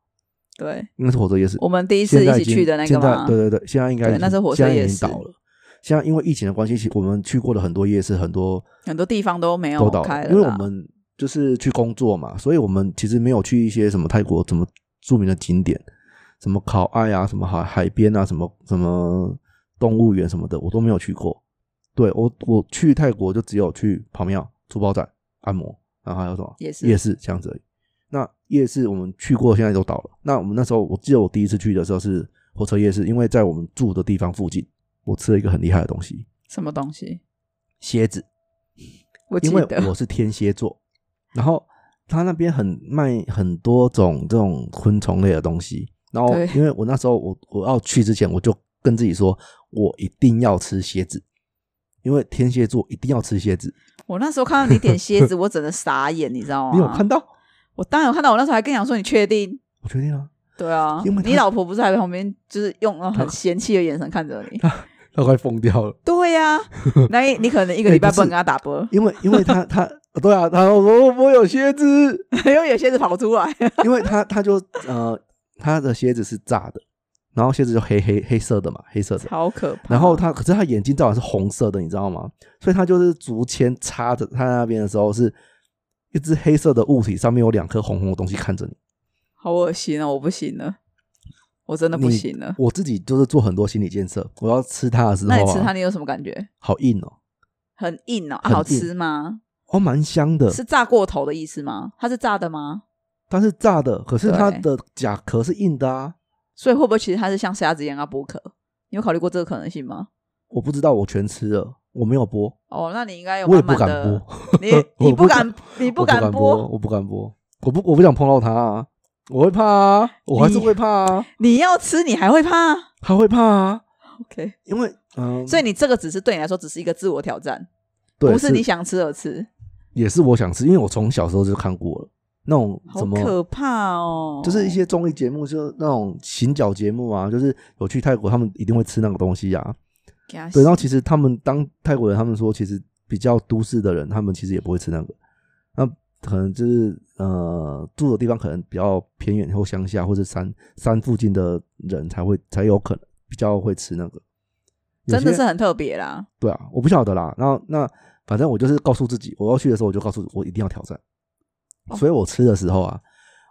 S2: 对
S1: 应该是火车夜市，
S2: 我们第一
S1: 现
S2: 次一
S1: 在已
S2: 起
S1: 经
S2: 去的那个
S1: 现在
S2: 嘛，
S1: 对对对，现在应该
S2: 对
S1: 已
S2: 那是
S1: 经
S2: 火车
S1: 现在已
S2: 夜
S1: 经
S2: 市
S1: 倒了。现在因为疫情的关系，其实我们去过的很多夜市，很多
S2: 很多地方都没有
S1: 都倒
S2: 开了啦，
S1: 因为我们就是去工作嘛，所以我们其实没有去一些什么泰国什么著名的景点，什么考爱啊，什么海海边啊，什么什么动物园什么的，我都没有去过。对我，我去泰国就只有去跑庙、珠宝展、按摩，然后还有什么
S2: 夜市
S1: 夜市这样子而已。那夜市我们去过，现在都倒了。那我们那时候，我记得我第一次去的时候是火车夜市，因为在我们住的地方附近，我吃了一个很厉害的东西
S2: 什么东西，
S1: ——蝎子。
S2: 我记
S1: 因为
S2: 得
S1: 我是天蝎座，然后他那边很卖很多种这种昆虫类的东西，然后
S2: 对
S1: 因为我那时候我我要去之前，我就跟自己说，我一定要吃蝎子，因为天蝎座一定要吃蝎子。
S2: 我那时候看到你点蝎子，我整个傻眼，你知道吗？
S1: 你有看到？
S2: 我当然有看到，我那时候还跟你讲说你确定？
S1: 我决定了，
S2: 对啊
S1: 因为，他
S2: 你老婆不是还在旁边，就是用那种很嫌弃的眼神看着你。
S1: 他快疯掉了，
S2: 对呀、那你你可能一个礼拜
S1: 哎不是
S2: 不能跟他打啵，
S1: 因为因为他他对啊，他说我我有蝎子，
S2: 因为有蝎子跑出来。
S1: 因为他他就呃他的蝎子是炸的，然后蝎子就黑黑黑色的嘛，黑色的，
S2: 超可怕。
S1: 然后他，可是他眼睛照样是红色的，你知道吗？所以他就是竹签插着他那边的时候，是一只黑色的物体，上面有两颗红红的东西看着你。
S2: 好恶心哦，我不行了，我真的不
S1: 你
S2: 行了。
S1: 我自己就是做很多心理建设，我要吃它的时候、
S2: 嗯那
S1: 啊，
S2: 你吃它，你有什么感觉？
S1: 好硬哦，
S2: 很硬哦，啊
S1: 很硬
S2: 好吃吗？
S1: 哦，蛮香的，
S2: 是炸过头的意思吗？它是炸的吗？
S1: 它是炸的，可是
S2: 对
S1: 它的甲壳是硬的啊。
S2: 所以会不会其实它是像虾子一样要剥壳？你有考虑过这个可能性吗？
S1: 我不知道，我全吃了，我没有剥，
S2: 哦，那你应该有
S1: 我也
S2: 满
S1: 不敢
S2: 满的
S1: 剥，，
S2: 你
S1: 我
S2: 你
S1: 不敢
S2: 敢，你
S1: 我不
S2: 敢
S1: 敢剥，我不敢剥，我不我不想碰到它、啊，我会怕啊，我还是
S2: 你
S1: 会怕啊，
S2: 你要吃你还会怕
S1: 他会怕啊，
S2: ？OK，
S1: 因为嗯、
S2: 所以你这个只是对你来说只是一个自我挑战，
S1: 对
S2: 不是你想吃而吃，
S1: 也是我想吃，因为我从小时候就看过了那种
S2: 好
S1: 怎么，
S2: 可怕哦！
S1: 就是一些综艺节目，就是那种行脚节目啊，就是有去泰国，他们一定会吃那个东西啊。
S2: 给它
S1: 对，
S2: 洗
S1: 然后其实他们当泰国人，他们说其实比较都市的人，他们其实也不会吃那个。那可能就是呃住的地方可能比较偏远或乡下或者山山附近的人才会才有可能比较会吃那个。有
S2: 真的
S1: 些
S2: 是很特别啦。
S1: 对啊，我不晓得啦。然后那反正我就是告诉自己，我要去的时候我就告诉我一定要挑战。
S2: 哦
S1: 所以我吃的时候啊，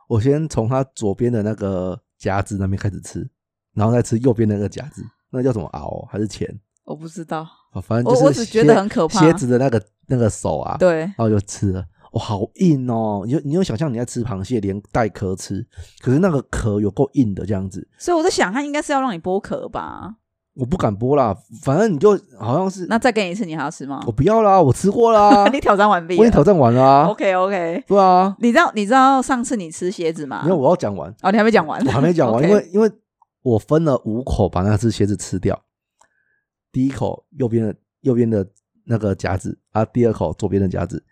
S1: 我先从它左边的那个夹子那边开始吃，然后再吃右边那个夹子，那叫什么螯还是钳？
S2: 我不知道，
S1: 啊反正
S2: 我
S1: 就是
S2: 我只觉得很可怕
S1: 蝎子的那个那个手啊，，
S2: 对，
S1: 然后就吃了。哇、好硬哦！你就你就想象你在吃螃蟹，连带壳吃，可是那个壳有够硬的这样子，
S2: 所以我在想，他应该是要让你剥壳吧？
S1: 我不敢剥啦。反正你就好像是
S2: 那再给你一次，你还要吃吗，
S1: 我？不要啦，我吃过啦
S2: 你挑战完毕
S1: 我已经挑战完啦、
S2: OK OK，
S1: 对啊，
S2: 你知道你知道上次你吃蝎子吗？
S1: 因为我要讲完，
S2: 哦，你还没啊讲完，
S1: 我还没讲完，
S2: OK
S1: 因为因为我分了五口把那只蝎子吃掉，第一口右边的右边的那个夹子啊，第二口左边的夹子，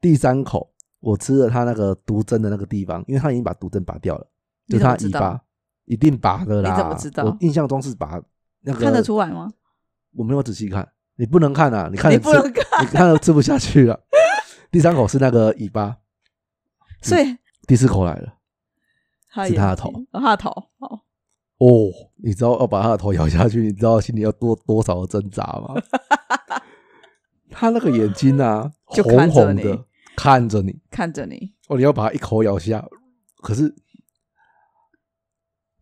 S1: 第三口我吃了它那个毒针的那个地方，因为它已经把毒针拔掉了，就是
S2: 你怎么
S1: 它
S2: 知
S1: 尾
S2: 道？
S1: 巴一定拔的啦，
S2: 你怎么知道
S1: 我印象中是拔那个
S2: 看得，出来吗？
S1: 我没有仔细看，你不能看啊，你看
S2: 你
S1: 了
S2: 不
S1: 吃
S2: 能看，
S1: 你看了吃不下去了，第三口是那个尾巴，
S2: 所以
S1: 第四口来了。
S2: 他
S1: 是
S2: 也
S1: 他的头
S2: 哦他的头，哦，
S1: 哦，你知道要把他的头咬下去，你知道心里要多多少的挣扎吗？ 他那个眼睛啊，
S2: 就
S1: 红
S2: 看着
S1: 红
S2: 你
S1: 的看着你，
S2: 看着你，
S1: 哦，你要把它一口咬下。可是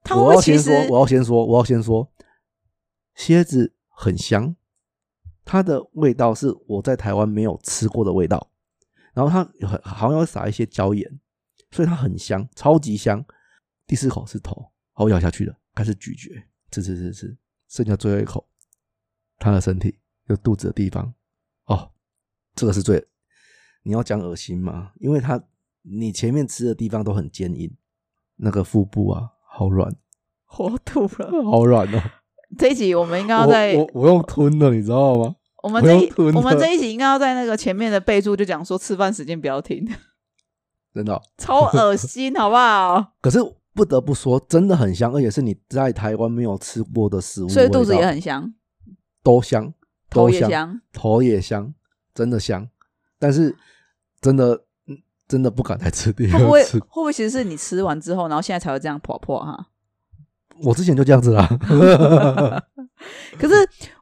S2: 他会不
S1: 我
S2: 会
S1: 要
S2: 其
S1: 先
S2: 实
S1: 说， 我要先说，我要先说，蝎子很香，它的味道是我在台湾没有吃过的味道，然后它有很好像有撒一些椒盐，所以它很香，超级香。第四口是头，好我咬下去了，开始咀嚼，吃吃吃吃，剩下最后一口，它的身体有肚子的地方，哦，这个是最你要讲恶心吗？因为它你前面吃的地方都很坚硬，那个腹部啊，好软。
S2: 我吐了。
S1: 好软 哦！
S2: 这一集我们应该要在
S1: 我我我用吞的，你知道吗？
S2: 我们这一
S1: 我要吞了
S2: 我们这一集应该要在那个前面的备注就讲说吃饭时间不要停，
S1: 真的哦、
S2: 超恶心，好不好？
S1: 可是不得不说，真的很香，而且是你在台湾没有吃过的食物，
S2: 所以肚子
S1: 味道
S2: 也很香，
S1: 都香，
S2: 头
S1: 都
S2: 也
S1: 香，
S2: 香，
S1: 头也香，真的香，但是真的嗯真的不敢再吃第
S2: 会不
S1: 二
S2: 会
S1: 次
S2: 会。不会其实是你吃完之后，然后现在才会这样婆婆哈？
S1: 我之前就这样子啦，
S2: 可是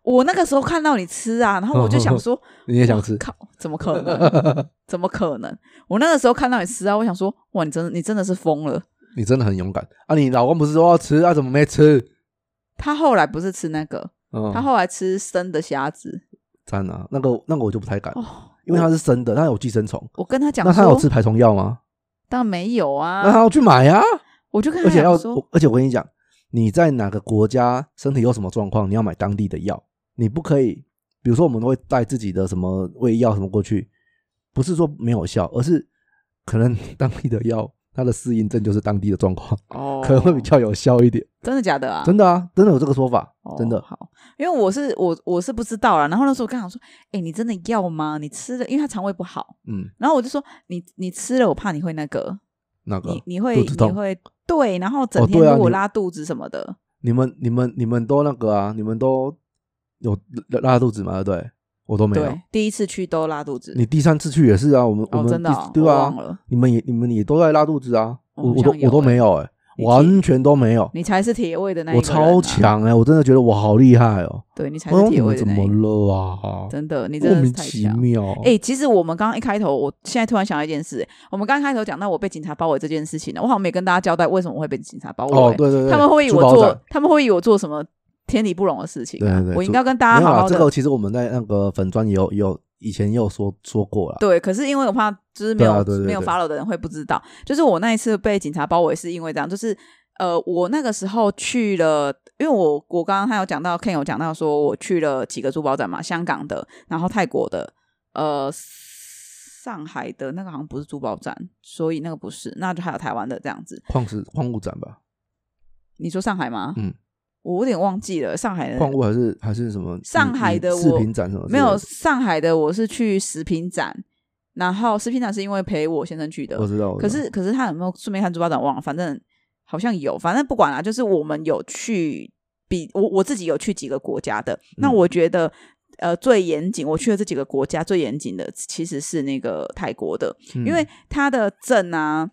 S2: 我那个时候看到你吃啊，然后我就想 说，
S1: 你也想吃
S2: 哇？靠，怎么可能？怎么可能？我那个时候看到你吃啊，我想说，哇，你真的你真的是疯了。
S1: 你真的很勇敢啊！你老公不是说要吃啊，怎么没吃？
S2: 他后来不是吃那个，
S1: 嗯
S2: 他，后来吃生的虾子。
S1: 赞啊！那个那个我就不太敢，
S2: 哦，
S1: 因为它是生的，它有寄生虫。
S2: 我跟他讲
S1: 那他有
S2: 说，
S1: 吃排虫药吗？
S2: 但没有
S1: 那他
S2: 啊，
S1: 要去买啊！
S2: 我就跟
S1: 而
S2: 他
S1: 且要
S2: 讲说，
S1: 我，而且我跟你讲，你在哪个国家身体有什么状况，你要买当地的药，你不可以，比如说我们都会带自己的什么胃药什么过去，不是说没有效，而是可能 当地的药它的适应症就是当地的状况，
S2: 哦，
S1: 可能会比较有效一点。
S2: 真的假的啊？
S1: 真的啊，真的有这个说法，真
S2: 哦
S1: 的。
S2: 好，因为我是我我是不知道啦。然后那时候我跟他讲说，哎、你真的要吗？你吃了，因为他肠胃不好。
S1: 嗯，
S2: 然后我就说，你你吃了，我怕你会那个，
S1: 那个
S2: 你你会
S1: 肚子
S2: 你
S1: 痛
S2: 会对，然后整
S1: 哦
S2: 天
S1: 对啊
S2: 如果
S1: 你
S2: 拉肚子什么的，
S1: 你们你们你们都那个啊，你们都有拉拉肚子吗？对不对，我都没有
S2: 对。，第一次去都拉肚子。
S1: 你第三次去也是啊，我们、我
S2: 哦，
S1: 们
S2: 真的、
S1: 第
S2: 哦，
S1: 对啊
S2: 我
S1: 吧、
S2: 忘了，
S1: 你们也你们也都在拉肚子啊，
S2: 哦
S1: 我
S2: 好
S1: 我都
S2: 像有
S1: 我都
S2: 欸
S1: 没有哎、
S2: 你
S1: 完全都没有，
S2: 你才是铁胃的那一
S1: 我
S2: 个人啊
S1: 超，强哎、我真的觉得我好厉害哦、
S2: 对你才
S1: 我
S2: 是
S1: 说
S2: 铁
S1: 你
S2: 胃
S1: 们
S2: 的
S1: 怎
S2: 那一
S1: 么
S2: 个，
S1: 了啊？
S2: 真的，你真
S1: 莫
S2: 的是
S1: 名
S2: 太
S1: 其
S2: 强。
S1: 妙。
S2: 哎、其实我们刚刚一开头，我现在突然想到一件事、欸我们刚开头讲到我被警察包围这件事情呢，我好像没跟大家交代为什么我会被警察包围、
S1: 哦，对对对，
S2: 他们会以
S1: 珠
S2: 我
S1: 宝
S2: 做
S1: 展，
S2: 他们会以我做什么天理不容的事情、啊。
S1: 对对对
S2: 我应该跟大
S1: 没有
S2: 家好
S1: 啊，
S2: 好
S1: 这
S2: 的。
S1: 个其实我们在那个粉砖也有也有以前也有说说过啦。
S2: 对，可是因为我怕就是没有、
S1: 对啊对对
S2: 没有
S1: 对
S2: follow 的人会不知道，就是我那一次被警察包围是因为这样，就是呃，我那个时候去了，因为我我刚刚还有讲到 Ken 有讲到说我去了几个珠宝展嘛，香港的，然后泰国的，呃，上海的那个好像不是珠宝展，所以那个不是，那就还有台湾的这样子。
S1: 矿石矿物展吧，
S2: 你说上海吗？
S1: 嗯，
S2: 我有点忘记了上海的
S1: 矿物还是还是什么？
S2: 呃上
S1: 你
S2: 海
S1: 你
S2: 的
S1: 饰
S2: 我
S1: 品展什么之
S2: 没
S1: 类的？
S2: 有上海的，我是去食品展，然后食品展是因为陪我先生去的
S1: 我。知道。我知
S2: 可
S1: 道
S2: 是可是他有没有顺便看珠宝展忘了，反正好像有，反正不管啦、就是我们有去比我我自己有去几个国家的，那
S1: 嗯
S2: 我觉得。呃，最严谨，我去了这几个国家最严谨的其实是那个泰国的，
S1: 嗯
S2: 因为它的证啊，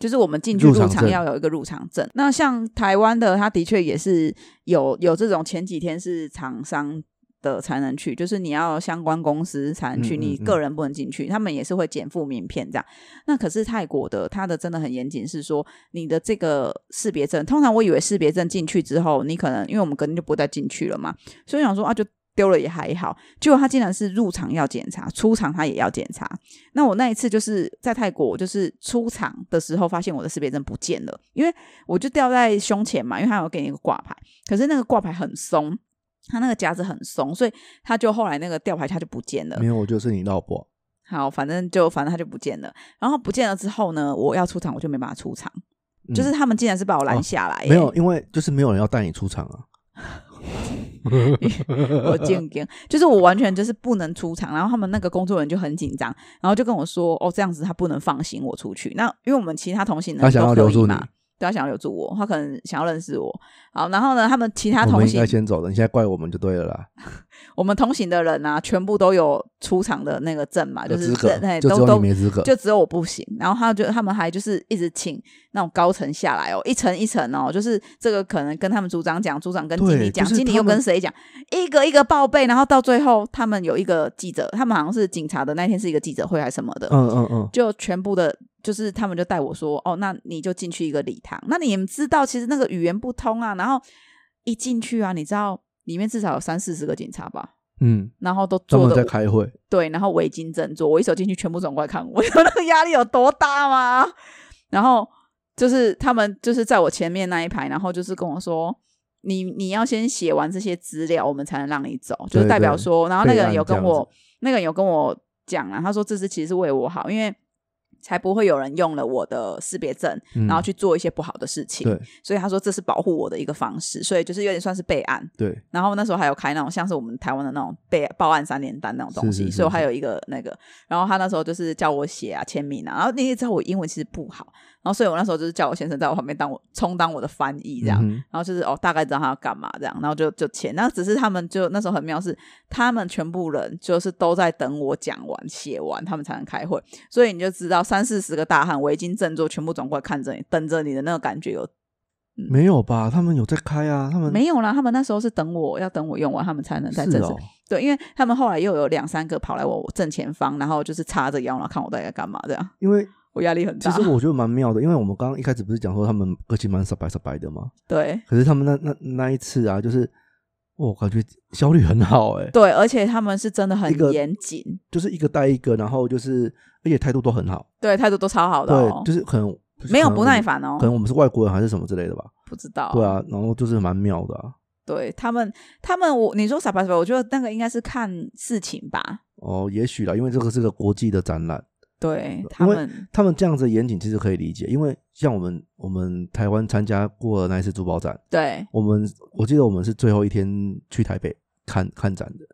S2: 就是我们进去
S1: 入
S2: 入
S1: 场
S2: 场
S1: 证
S2: 要有一个入场证。那像台湾的，它的确也是有有这种前几天是厂商的才能去，就是你要相关公司才能
S1: 嗯
S2: 去，
S1: 嗯
S2: 你
S1: 嗯
S2: 个人不能进去。他们也是会减负名片这样。那可是泰国的，它的真的很严谨，是说你的这个识别证，通常我以为识别证进去之后，你可能因为我们肯定就不会再进去了嘛，所以我想说啊就。丢了也还好，结果他竟然是入场要检查，出场他也要检查。那我那一次就是在泰国，我就是出场的时候发现我的识别证不见了，因为我就吊在胸前嘛，因为他有给你一个挂牌，可是那个挂牌很松，他那个夹子很松，所以他就后来那个吊牌它就不见了
S1: 没。有，我就是你老婆。
S2: 好，反正就反正他就不见了。然后不见了之后呢，我要出场我就没办法出场，
S1: 嗯
S2: 就是他们竟然是把我拦
S1: 哦
S2: 下来、欸
S1: 没有，因为就是没有人要带你出场啊。
S2: 我进跟，就是我完全就是不能出场，然后他们那个工作人员就很紧张，然后就跟我说，哦，这样子他不能放行我出去。那因为我们其他同行人
S1: 他想
S2: 都
S1: 要
S2: 可
S1: 留
S2: 以
S1: 住你
S2: 嘛，对，他想要留住我，他可能想要认识我。好，然后呢，他们其他
S1: 我
S2: 同
S1: 们应
S2: 行
S1: 该，先走的，你现在怪我们就对了啦。
S2: 我们同行的人啊，全部都有出场的那个证嘛，就
S1: 有
S2: 是
S1: 资
S2: 证，
S1: 格
S2: 哎，
S1: 就只
S2: 都
S1: 有
S2: 都
S1: 你没资格。
S2: 就只有我不行。然后他就他们还就是一直请那种高层下来哦，一层一层哦，就是这个可能跟他们组长讲，组长跟经理
S1: 对
S2: 讲，
S1: 就是
S2: 经理又
S1: 他们
S2: 跟谁讲，一个一个报备，然后到最后他们有一个记者，他们好像是警察的那天是一个记者会还是什么的，
S1: 嗯嗯嗯，
S2: 就全部的，就是他们就带我说，哦，那你就进去一个礼堂，那你们知道其实那个语言不通啊，然后一进去啊，你知道里面至少有三四十个警察吧。
S1: 嗯，
S2: 然后都
S1: 他
S2: 坐
S1: 们
S2: 的
S1: 在开会，
S2: 对，然后围巾振作，我一手进去，全部转过来看我，有 那个压力有多大吗？然后就是他们就是在我前面那一排，然后就是跟我说，你你要先写完这些资料，我们才能让你走，就是
S1: 对
S2: 代表
S1: 对
S2: 说，然后那
S1: 备
S2: 个人
S1: 案
S2: 有跟
S1: 这样
S2: 我，那个人有跟我讲啊，他说这是其实为我好，因为。才不会有人用了我的识别证，
S1: 嗯
S2: 然后去做一些不好的事情。
S1: 对
S2: 所以他说这是保护我的一个方式，所以就是有点算是备案。
S1: 对，
S2: 然后那时候还有开那种像是我们台湾的那种备报案三联单那种东西，
S1: 是是是
S2: 所以我还有一个那个，然后他那时候就是叫我写啊签名啊，然后你也知道我英文其实不好，然后所以我那时候就是叫我先生在我旁边当我充当我的翻译这样，
S1: 嗯
S2: 然后就是哦大概知道他要干嘛这样，然后就就签，那只是他们就那时候很妙是他们全部人就是都在等我讲完写完他们才能开会，所以你就知道三四十个大汉围巾正坐全部转过来看着你，等着你的那个感觉有
S1: 哼没有吧？他们有在开啊，他们
S2: 没有啦？他们那时候是等我要等我用完他们才能再正
S1: 是
S2: 式
S1: 哦，
S2: 对，因为他们后来又有两三个跑来我正前方，然后就是叉着腰，然后看我到底在干嘛，这样
S1: 因为
S2: 我压力很
S1: 其
S2: 大。
S1: 实我觉得蛮妙的，因为我们刚刚一开始不是讲说他们个性蛮傻白傻白的嘛，
S2: 对
S1: 可是他们那那那一次啊，就是我感觉效率很好哎、
S2: 对，而且他们是真的很
S1: 一个
S2: 严谨，
S1: 就是一个带一个，然后就是而且态度都很好，
S2: 对，态度都超好的、哦
S1: 对，，就是可能
S2: 没有
S1: 可能
S2: 不
S1: 我们
S2: 耐烦哦
S1: 可，能我们是外国人还是什么之类的吧，
S2: 不知道，
S1: 对啊，然后就是蛮妙的、啊、
S2: 对他们他们我你说傻白傻白，我觉得那个应该是看事情吧，
S1: 哦，也许啦，因为这个是个国际的展览，
S2: 对他
S1: 呃因为
S2: 们
S1: 他们这样子的严谨其实可以理解，因为像我们我们台湾参加过的那一次珠宝展，
S2: 对
S1: 我们我记得我们是最后一天去台北看看展的，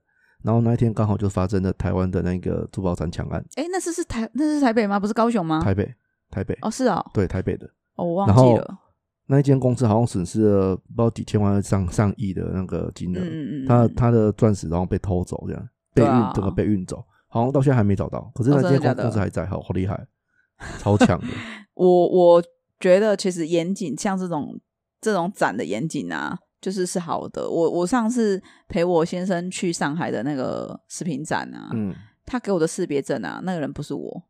S1: 然后那一天刚好就发生了台湾的那个珠宝展抢案，
S2: 哎，那是是台那是台北吗？不是高雄吗？
S1: 台北台北、
S2: 啊哦，是哦，
S1: 对台北的
S2: 哦，我
S1: 然
S2: 忘
S1: 后
S2: 记了，
S1: 那一间公司好像损失了不知道几千万上上亿的那个金额，
S2: 嗯嗯嗯，
S1: 他
S2: 嗯
S1: 他的钻石然后被偷走，这样被
S2: 对啊
S1: 运整个被运走，好像到现在还没找到。可是
S2: 哦
S1: 那
S2: 真的
S1: 间
S2: 假
S1: 公
S2: 的
S1: 公司还在，好好厉 害，超强的。
S2: 我我觉得其实严谨，像这种这种展的严谨啊，就是是好的。我我上次陪我先生去上海的那个食品展啊，
S1: 嗯，
S2: 他给我的识别证啊，那个人不是我，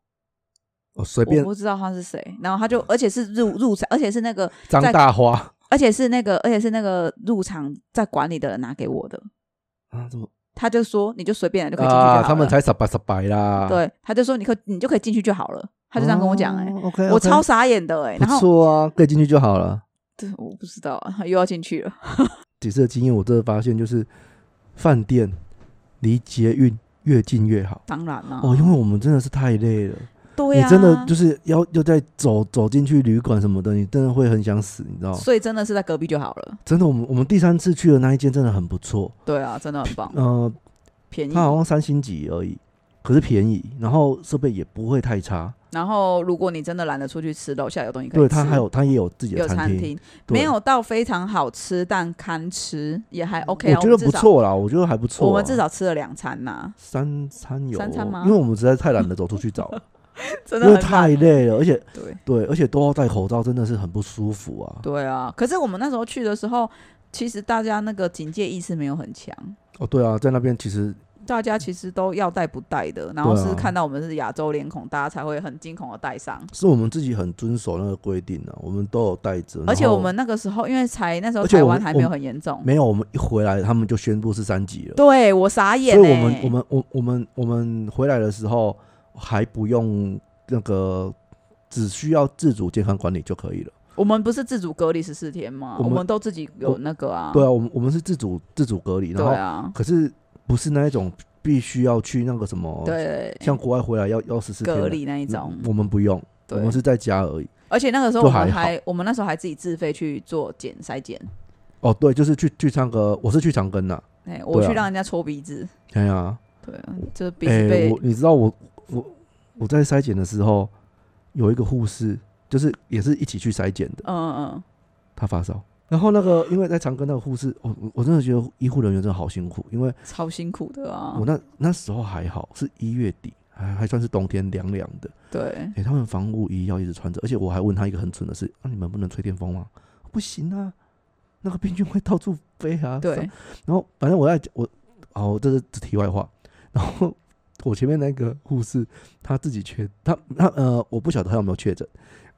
S1: 哦，随
S2: 我
S1: 便
S2: 不知道他是谁。然后他就，而且是入入场，而且是那个
S1: 张
S2: 在
S1: 大花
S2: 而且是那个，而且是那个入场在管理的人拿给我的。
S1: 啊，怎么
S2: 他就说，你就随便就可以进去就好了。
S1: 啊？他们才傻白傻白啦。
S2: 对，他就说你可你就可以进去就好了。他就这样跟我讲、欸，哎、
S1: o k
S2: 我超傻眼的、欸，哎，
S1: 哦不
S2: 然后
S1: 错啊，可以进去就好了。
S2: 对我不知道啊， 又要进去了。
S1: 几次的经验，我真的发现就是饭店离捷运越近越好。
S2: 当然啦、
S1: 哦，因为我们真的是太累了，
S2: 对啊
S1: 你
S2: 呀、
S1: 真的就是要又在走走进去旅馆什么的，你真的会很想死，你知道吗？
S2: 所以真的是在隔壁就好了。
S1: 真的，我们我们第三次去的那一间真的很不错，
S2: 对啊，真的很 棒，
S1: 呃，
S2: 便宜
S1: 它。好像三星级而已，可是便宜，然后设备也不会太差。
S2: 然后如果你真的懒得出去吃，楼下有东西可以
S1: 对，
S2: 吃。
S1: 它还有它也有自己
S2: 有
S1: 的
S2: 餐
S1: 厅，
S2: 厅，
S1: 对
S2: 没有到非常好吃，但堪吃也还 OK
S1: 我
S2: 啊。
S1: 觉得
S2: 们至
S1: 不
S2: 少，
S1: 错啦，我觉得还不错啊、
S2: 我们至少吃了两餐 呐、
S1: 三餐有，
S2: 三餐吗
S1: 因为我们实在太懒得走出去找了， 因
S2: 真的
S1: 为
S2: 很棒
S1: 太累了，而且
S2: 对
S1: 对，而且都要戴口罩，真的是很不舒服啊。
S2: 对啊。可是我们那时候去的时候，其实大家那个警戒意识没有很强，
S1: 哦，对啊，在那边其实
S2: 大家其实都要戴不戴的，然后
S1: 对啊
S2: 是看到我们是亚洲脸孔，大家才会很惊恐的戴上。
S1: 是我们自己很遵守那个规定啊的、我们都有戴着，
S2: 而且
S1: 然后
S2: 我们那个时候，因为才那时候
S1: 而且
S2: 台
S1: 我
S2: 湾
S1: 们
S2: 还没有
S1: 我
S2: 很严重，
S1: 没有，我们一回来他们就宣布是三级了。
S2: 对我傻眼、
S1: 所
S2: 欸。
S1: 以我们我们我我们我们回来的时候还不用那个，只需要自主健康管理就可以了。
S2: 我们不是自主隔离十四天吗？
S1: 我
S2: 我
S1: 们
S2: 们都自己有那个啊。
S1: 对啊，我们我们是自主自主隔离，然
S2: 对
S1: 后、
S2: 啊，
S1: 可是不是那一种必须要去那个什么，
S2: 对，
S1: 哦像国外回来要要十四天的
S2: 隔离那一种。
S1: 我们不用，我
S2: 对，
S1: 们是在家而已。
S2: 而且那个时候我
S1: 就还
S2: 们
S1: 好
S2: 还，我们那时候还自己自费去做检筛检。
S1: 哦，对，就是去去唱歌，我是去长庚呐、
S2: 哎，我
S1: 对啊
S2: 去让人家搓鼻子，
S1: 哎呀，
S2: 对，就是鼻子
S1: 哎、
S2: 被
S1: 我你知道我我我在筛检的时候，有一个护士，就是也是一起去筛检的。
S2: 嗯嗯
S1: 他发烧。然后那个，因为在长庚那个护士，我我我真的觉得医护人员真的好辛苦，因为
S2: 嗯，超辛苦的啊
S1: 我。那那时候还好，是一月底，还还算是冬天凉凉的。
S2: 对，
S1: 诶，他们防护衣要一直穿着，而且我还问他一个很蠢的事：那、你们不能吹电风吗？不行啊，那个病菌会到处飞啊。
S2: 对，
S1: 然后反正我在我哦，这是题外话。然后我前面那个护士她自己确她她呃，我不晓得她有没有确诊，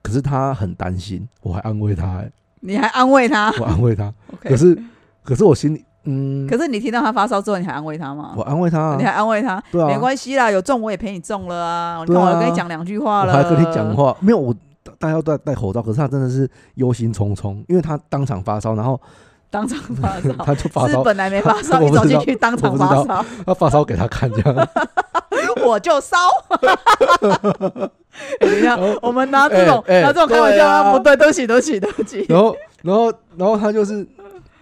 S1: 可是她很担心，我还安慰她、欸，
S2: 你还安慰他。
S1: 我安慰她。
S2: OK
S1: 可是可是我心里，嗯，
S2: 可是你听到他发烧之后，你还安慰他吗
S1: 我？安慰他、啊
S2: 你，还安慰他，
S1: 对啊，
S2: 没关系啦，有中我也陪你中了啊。你
S1: 对
S2: 看
S1: 啊
S2: 我跟你讲两句话
S1: 我
S2: 了，
S1: 还跟你讲话，没有我大大家都戴戴口罩，可是他真的是忧心忡忡，因为他当场发烧，然后
S2: 当场发烧。
S1: 他就发
S2: 哦是
S1: 烧，
S2: 本来没发 烧，
S1: 我
S2: 一
S1: 不
S2: 走
S1: 知
S2: 进
S1: 道
S2: 去当场
S1: 我不知
S2: 发
S1: 道
S2: 烧，
S1: 他发烧给他看这样，
S2: 我就烧。等一下
S1: 然后，
S2: 我们拿这种
S1: 哦哎哎
S2: 拿这种开玩笑
S1: 对啊
S2: 不对，对不起，对不起，对不起。
S1: 然后，然后，然后他就是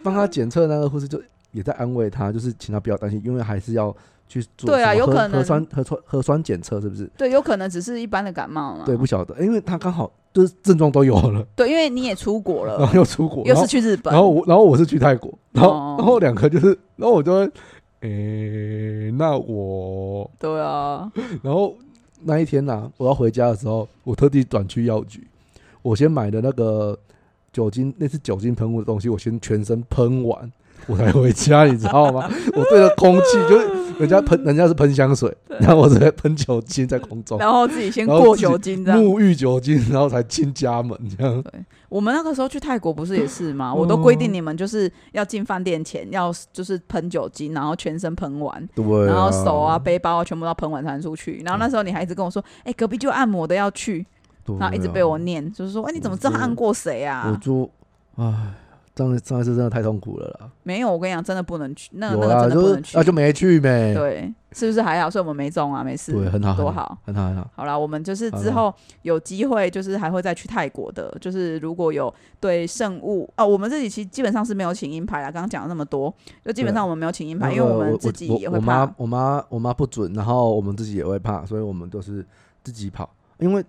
S1: 帮他检测那个护士，就也在安慰他，就是请他不要担心，因为还是要去做
S2: 对啊
S1: 什么
S2: 有
S1: 核
S2: 可能嗯
S1: 核酸核酸核酸检测，是不是？
S2: 对，有可能只是一般的感冒嘛。
S1: 对，不晓得，因为他刚好就是症状都有了，
S2: 对，因为你也出国
S1: 然
S2: 了，
S1: 后又出国，
S2: 呃又
S1: 然
S2: 是
S1: 后
S2: 去日本
S1: 然，后我然后我是去泰国，然后、
S2: 哦
S1: 然后两个就是，然后我就会，诶、那我，
S2: 对啊，
S1: 然后那一天呐、我要回家的时候，我特地转去药局，我先买的那个酒精，那是酒精喷雾的东西，我先全身喷完，我才回家，你知道 吗？我对着空气，就是人家喷，人家是喷香水，然后我是在喷酒精在空中，
S2: 然后自己先
S1: 哦然后
S2: 过
S1: 自己
S2: 酒精这样。
S1: 沐浴酒精，然后才进家门这样。
S2: 我们那个时候去泰国不是也是
S1: 嗯
S2: 吗？我都规定你们就是要进饭店前要就是喷酒精，然后全身喷完，
S1: 对
S2: 然后手啊、，背包啊全部都要喷完才能出去。然后那时候你还一直跟我说，哎、隔壁就按摩的要去，然后一直被我念，就是说，哎、你怎么知道他按过谁
S1: 我
S2: 啊？
S1: 就唉，上上一次真的太痛苦了啦。
S2: 没有，我跟你讲，真的不能去，那个
S1: 有
S2: 那个
S1: 啦，
S2: 真的不
S1: 就
S2: 能
S1: 是
S2: 去。
S1: 啊就没去呗。
S2: 对，是不是还好？所以我们没中啊，没事，
S1: 对，很好，
S2: 多
S1: 很
S2: 好。，
S1: 很好，很好。
S2: 好啦，我们就是
S1: 好
S2: 之
S1: 啦
S2: 后有机会，就是还会再去泰国的。就是如果有对圣物哦，我们这里其实基本上是没有请鹰牌啦。刚刚讲了那么多，就基本上我们没有请鹰牌，
S1: 那
S2: 因为
S1: 个
S2: 我们
S1: 我
S2: 自己
S1: 我
S2: 也
S1: 我
S2: 会怕
S1: 妈。我妈我妈不准，然后我们自己也会怕，所以我们都是自己跑。因为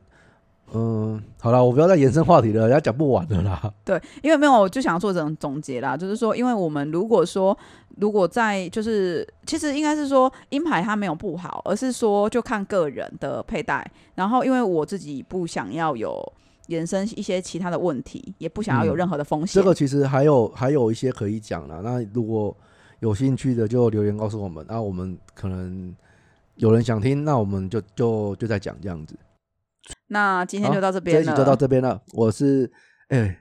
S1: 嗯，好了，我不要再延伸话题了，人家讲不完的啦。
S2: 对，因为没有，我就想做这种总结啦，就是说，因为我们如果说，如果在就是，其实应该是说鹰牌它没有不好，而是说就看个人的佩戴。然后，因为我自己不想要有延伸一些其他的问题，也不想要有
S1: 嗯
S2: 任何的风险。
S1: 这个其实还有还有一些可以讲啦。那如果有兴趣的就留言告诉我们，那我们可能有人想听，那我们就就就再讲这样子。
S2: 那今天
S1: 好
S2: 就到这
S1: 这
S2: 边
S1: 一集
S2: 了，
S1: 就到这边了，我是哎。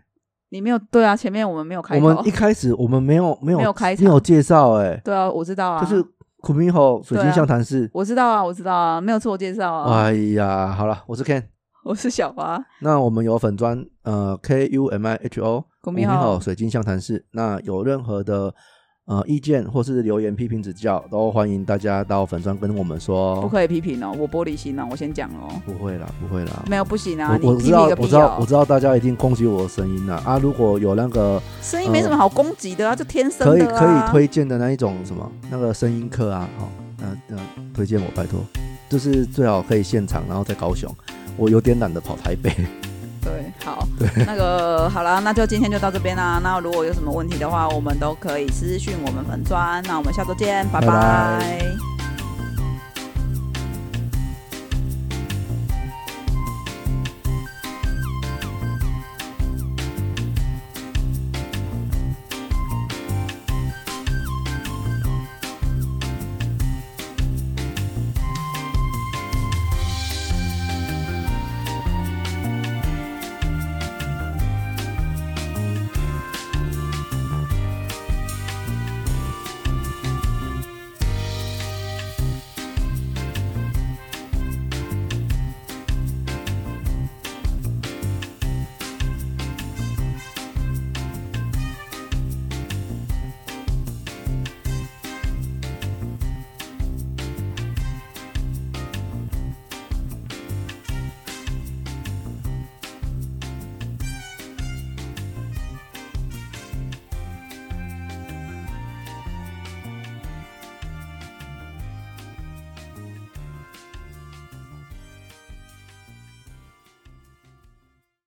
S2: 你没有对啊，前面我们没有开
S1: 我
S2: 头，
S1: 们一开始我们没 有没有
S2: 没有开场
S1: 没有介绍哎、
S2: 对啊，我知道啊，
S1: 就是苦明吼水晶象谈室。
S2: 我知道啊，我知道啊，没有自我介绍啊，
S1: 哎哦呀，好了，我是 Ken，
S2: 我是小华，
S1: 那我们有粉砖呃 K U M I H O
S2: 苦
S1: 明
S2: 明号
S1: 号水晶象谈室。那有任何的呃意见或是留言批评指教，都欢迎大家到粉砖跟我们说。
S2: 不可以批评哦，我玻璃心哦，我先讲哦，
S1: 不会啦，不会啦。
S2: 没有不行啊，
S1: 我
S2: 你
S1: 我
S2: 批
S1: 知
S2: 评
S1: 道我
S2: 个，屁
S1: 知道，我
S2: 哦，
S1: 知道，大家一定攻击我的声音啦啊！如果有那个
S2: 声音没什么好攻击的啊，就天生
S1: 可以
S2: 的
S1: 可以
S2: 啊，
S1: 推荐的那一种什么那个声音课啊，好、那那推荐我拜托，就是最好可以现场，然后在高雄，我有点懒得跑台北。
S2: 对， 好，那个好啦，那就今天就到这边啦，那如果有什么问题的话，我们都可以私讯我们粉砖，那我们下周见，拜
S1: 拜拜
S2: 拜